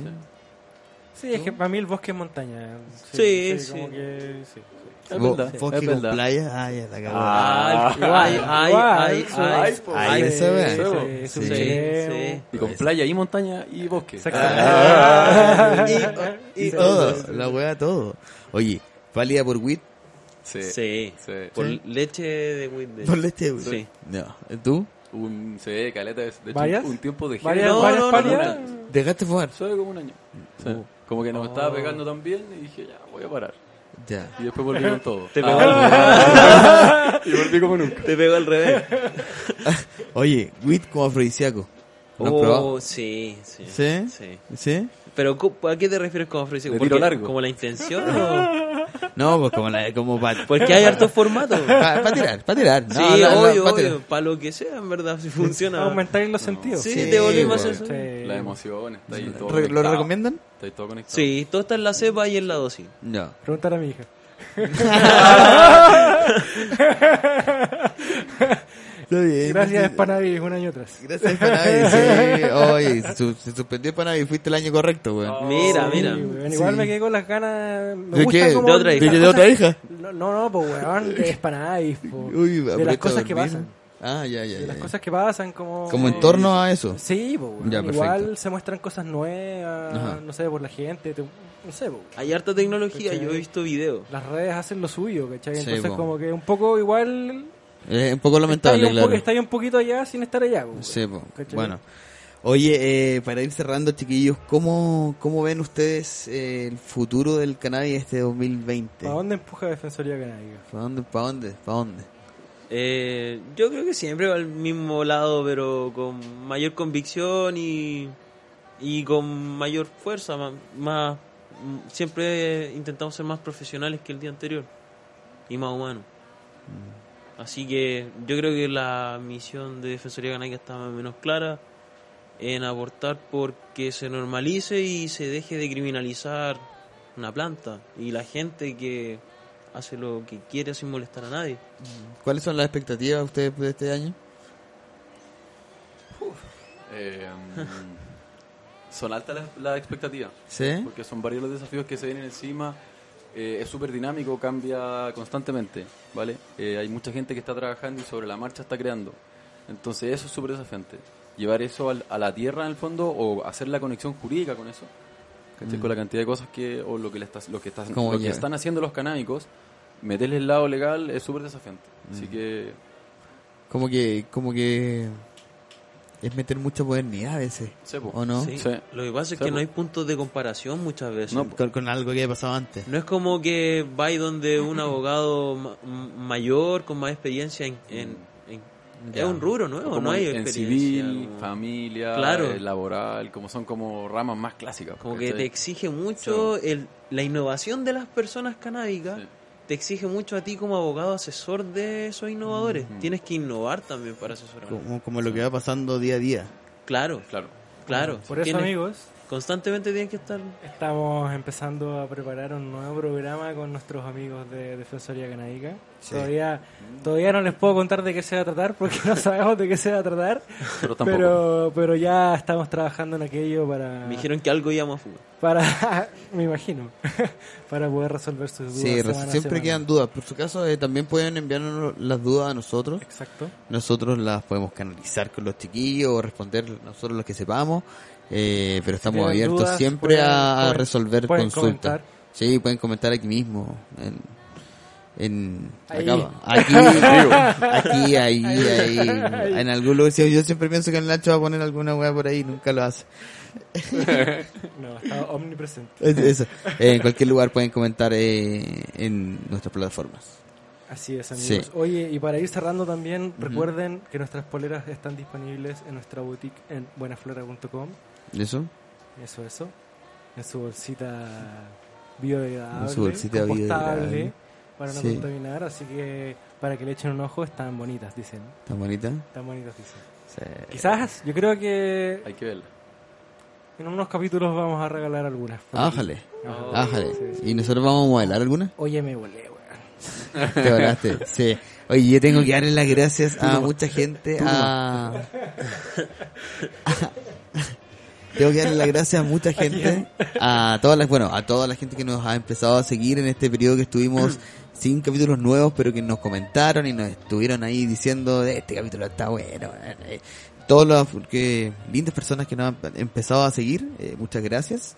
Sí, es que para mí el bosque es montaña. Sí, sí. como que- sí. Es Bo- verdad, Bosque es con verdad. playa. Ah, ya la cagó. Ah, ay, ay, Igual, ay, sí. ay. po. Ay, Sí, esa weá. sí, es un Sí, chileo. sí. Y con playa y montaña y bosque. Exactamente. Ah. oh, Y, todo, la wea todo. Oye, pálida por wit. Sí. Sí. Sí. Por leche de Windows. Por leche, wit. Sí. No. ¿Tú? Un, sí, caleta. De hecho, ¿Varias? un tiempo dejé. Varias, No, varias no, no, pálidas. ¿Dejaste fumar? Solo como un año. Mm. Sí. Como que nos Oh. estaba pegando tan bien y dije, ya, voy a parar. Ya. Y después volví (laughs) con todo. Te Ah, pegó (laughs) y volví como nunca. Te pegó al revés. Oye, wit como afrodisíaco. ¿Lo has Oh, probado? sí, sí. ¿Sí? ¿Sí? Pero cu- ¿a qué te refieres con afrodisíaco? De tiro Porque- largo. ¿Como la intención o...? No, pues como la, como para Porque hay (laughs) hartos formatos. Para tirar, para tirar. No, sí, no, no, obvio, pa' tirar. obvio. Para lo que sea, en verdad, si funciona. Aumentar los sentidos. Sí, Sí, te volvimos a bueno. eso. Sí. Las emociones. Está ahí todo Re- ¿Lo conectado. recomiendan? Está ahí todo conectado. Sí, todo está en la cepa y en la dosis. No. Preguntar a mi (laughs) hija. Está bien. Gracias, Spanavis, un año atrás. Gracias, Panavi. (laughs) Sí, oye, su- se suspendió Panavi, fuiste el año correcto, weón. Mira, Sí, mira. weón, igual me quedé con las ganas. Me ¿De gusta qué? como ¿De otra las hija? ¿De otra cosas- hija? No, no, no, pues weón, de Spanavis. po. (laughs) Uy, de las aprovecha cosas a que dormir. pasan. Ah, ya, ya. de ya, las ya. cosas que pasan, como... Como en torno a eso. Sí, po, weón. Ya, igual perfecto. se muestran cosas nuevas, Ajá. no sé, por la gente, te- no sé, po, weón. Hay harta tecnología, ¿Cachai? yo he visto videos. las redes hacen lo suyo, ¿cachai? Sí, Entonces po. como que un poco igual... Es un poco lamentable, estáis un, po- claro. estáis un poquito allá sin estar allá, po, weón. Sí, po. ¿Cachai? Bueno. Oye, eh, para ir cerrando, chiquillos, ¿cómo, cómo ven ustedes eh, el futuro del cannabis este 2020? ¿Para dónde empuja Defensoría Canábica? ¿Para dónde? ¿Para dónde? ¿Para dónde? Eh, yo creo que siempre va al mismo lado, pero con mayor convicción y, y con mayor fuerza. ma- Más, m- siempre intentamos ser más profesionales que el día anterior y más humanos. Así que yo creo que la misión de Defensoría Canaica está más o menos clara en aportar porque se normalice y se deje de criminalizar una planta y la gente que hace lo que quiere sin molestar a nadie. ¿Cuáles son las expectativas de ustedes de este año? Eh, (laughs) son altas las las expectativas. ¿Sí? porque son varios los desafíos que se vienen encima. Eh, es súper dinámico, cambia constantemente, ¿vale? Eh, hay mucha gente que está trabajando y sobre la marcha está creando. Entonces eso es súper desafiante. Llevar eso al- a la tierra en el fondo o hacer la conexión jurídica con eso. ¿cachai? Con la cantidad de cosas que, o lo que, le estás, lo que, estás, Como lo que lleva. están haciendo los canábicos, meterle el lado legal es súper desafiante. Así que Como que, como que es meter mucha modernidad a veces. Sí, po. ¿O no? Sí. Sí. Lo que pasa es Sí, que po. no hay puntos de comparación muchas veces. No, No, po. Con, con algo que ha pasado antes. es como que vais donde un abogado ma- m- mayor, con más experiencia en... en- en- Ya. Es un rubro O nuevo, como no hay en- en experiencia. civil, como- familia, Claro. eh, laboral, como son como ramas más clásicas. Como que te ¿cachai? exige mucho el, la innovación de las personas canábicas. Sí. Te exige mucho a ti como abogado asesor de esos innovadores. Tienes que innovar también para asesorar. Como, como lo que va pasando día a día. Claro, claro. Claro. Por eso, Tienes- amigos, Constantemente tienes que estar... Estamos empezando a preparar un nuevo programa con nuestros amigos de Defensoría Canadica. Todavía, todavía no les puedo contar de qué se va a tratar porque no (laughs) sabemos de qué se va a tratar. Pero tampoco. Pero, pero ya estamos trabajando en aquello para. Me dijeron que algo íbamos a fumar. para (laughs) me imagino. para poder resolver sus dudas. Sí, semana a siempre semana. quedan dudas. Por su caso, eh, también pueden enviarnos las dudas a nosotros. Exacto. Nosotros las podemos canalizar con los chiquillos o responder nosotros los que sepamos. Eh, pero estamos Tienen abiertos dudas, siempre pueden- a, a pueden- resolver pueden consultas. comentar. Sí, pueden comentar aquí mismo. En, en Ahí. acá, (laughs) aquí, aquí, ahí, ahí, en algún lugar. Sí, Yo siempre pienso que el Nacho va a poner alguna weá por ahí, nunca lo hace. No, está omnipresente. Es- eso. Eh, en cualquier lugar pueden comentar eh, en nuestras plataformas. Así es, amigos. Sí. Oye, y para ir cerrando también, recuerden que nuestras poleras están disponibles en nuestra boutique en buenaflora.com. ¿Eso? Eso, eso. En su bolsita biodegradable. En su bolsita compostable, biodegradable. Para no Sí. contaminar, así que para que le echen un ojo, están bonitas, dicen. ¿Tan bonita? Están bonitas, dicen. Sí. Quizás, yo creo que Hay que verla. en unos capítulos vamos a regalar algunas. por aquí. Ájale, Ajá. ájale. Sí, ¿Y nosotros vamos a modelar alguna? Oye, me volé, weón. (laughs) Te volaste, sí. Oye, yo tengo que darle las gracias a mucha gente, a... (laughs) Tengo que darle las gracias a mucha gente, a todas las, bueno, a toda la gente que nos ha empezado a seguir en este periodo que estuvimos sin capítulos nuevos, pero que nos comentaron y nos estuvieron ahí diciendo, este capítulo está bueno. eh". Todas las que, lindas personas que nos han empezado a seguir, eh, muchas gracias.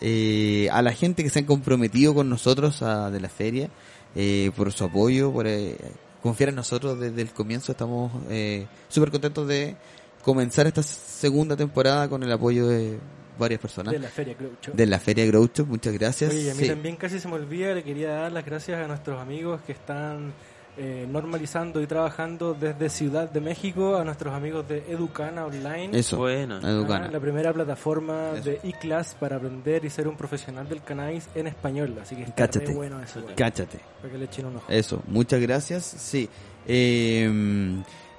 Eh, a la gente que se han comprometido con nosotros a- de la feria, eh, por su apoyo, por eh, confiar en nosotros desde el comienzo. Estamos eh, súper contentos de comenzar esta segunda temporada con el apoyo de varias personas. De la feria, creo. yo. De la Feria Groucho, muchas gracias. Oye, y a mí Sí. también casi se me olvida, le quería dar las gracias a nuestros amigos que están eh, normalizando y trabajando desde Ciudad de México, a nuestros amigos de Educana Online. Eso, Buena. Educana. Ah, la primera plataforma Eso. de e-class para aprender y ser un profesional del cannabis en español. Así que está Cáchate. Eh, re bueno eso, güey. Cáchate. Para que le echen un ojo. Eso, muchas gracias. Sí. Eh,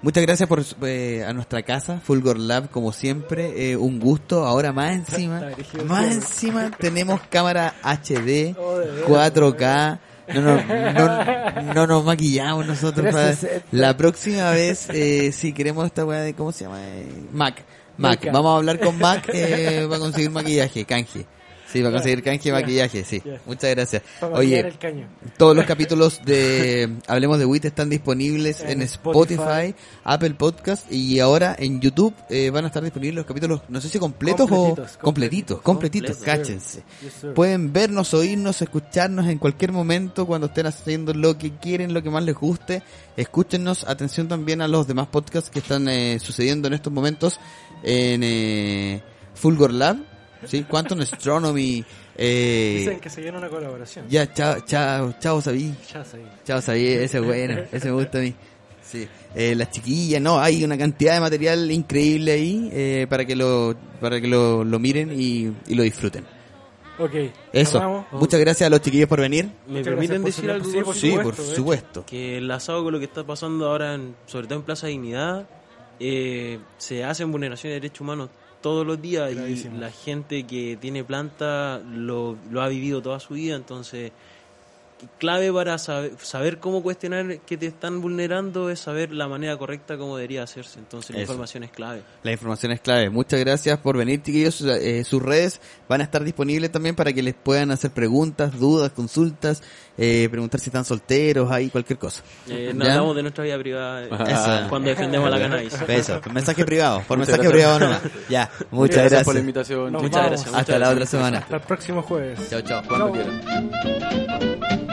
muchas gracias por eh, a nuestra casa, Fulgor Lab, como siempre. eh, un gusto. Ahora más (laughs) encima, Está dirigido más siempre. encima tenemos cámara HD, Oh, de veras, 4K. No, nos- no, no nos maquillamos nosotros. para- 360. La próxima vez, eh, si queremos esta weá de, ¿cómo se llama? Eh, Mac. Mac. Maca. Vamos a hablar con Mac eh, para conseguir maquillaje, canje. Sí, va a conseguir canje y maquillaje, sí. Ya. Muchas gracias. Para maquillar Oye, el caño. todos los capítulos de Hablemos de WIT están disponibles en, En Spotify, Spotify. Apple Podcast y ahora en YouTube eh, van a estar disponibles los capítulos, no sé si completos Completitos, o completitos, completitos, completitos, cáchense. Pues, Yes, sir. Pueden vernos, oírnos, escucharnos en cualquier momento cuando estén haciendo lo que quieren, lo que más les guste. Escúchenos, atención también a los demás podcasts que están eh, sucediendo en estos momentos en eh, Fulgor Lab, ¿sí? Quantum Astronomy, Dicen eh, que se viene una colaboración. ya, chao, chao, chao, Sabí. Ya sé. Chao, Xavier, ese es bueno, ese me gusta a mí. Sí. Eh, las chiquillas, no, hay una cantidad de material increíble ahí eh, para que lo para que lo, lo miren y, y lo disfruten. Ok. Eso. cerramos. Muchas gracias a los chiquillos por venir. ¿Me Muchas permiten gracias decir por su- algo? sí, por Sí, por supuesto, supuesto. que enlazado con lo que está pasando ahora, en- sobre todo en Plaza Dignidad, eh, se hacen vulneraciones de derechos humanos todos los días Gravísimo. y la gente que tiene planta lo, lo ha vivido toda su vida, entonces clave para saber, saber cómo cuestionar que te están vulnerando es saber la manera correcta como debería hacerse, entonces la Eso. información (laughs) es clave. La información es clave. Muchas gracias por venir, chiquillos. Eh, sus redes van a estar disponibles también para que les puedan hacer preguntas, dudas, consultas, eh, preguntar si están solteros, ahí cualquier cosa. ¿Ya? Eh, no hablamos de nuestra vida privada (laughs) eh, Eso. cuando defendemos la cannabis. Eso, mensaje privado, por Muchas mensaje gracias. privado nomás. Ya, muchas gracias. por la invitación. Nos chicos. Muchas vamos. gracias. Hasta la otra semana. Hasta el próximo jueves. Chao, chao. Cuando quieran.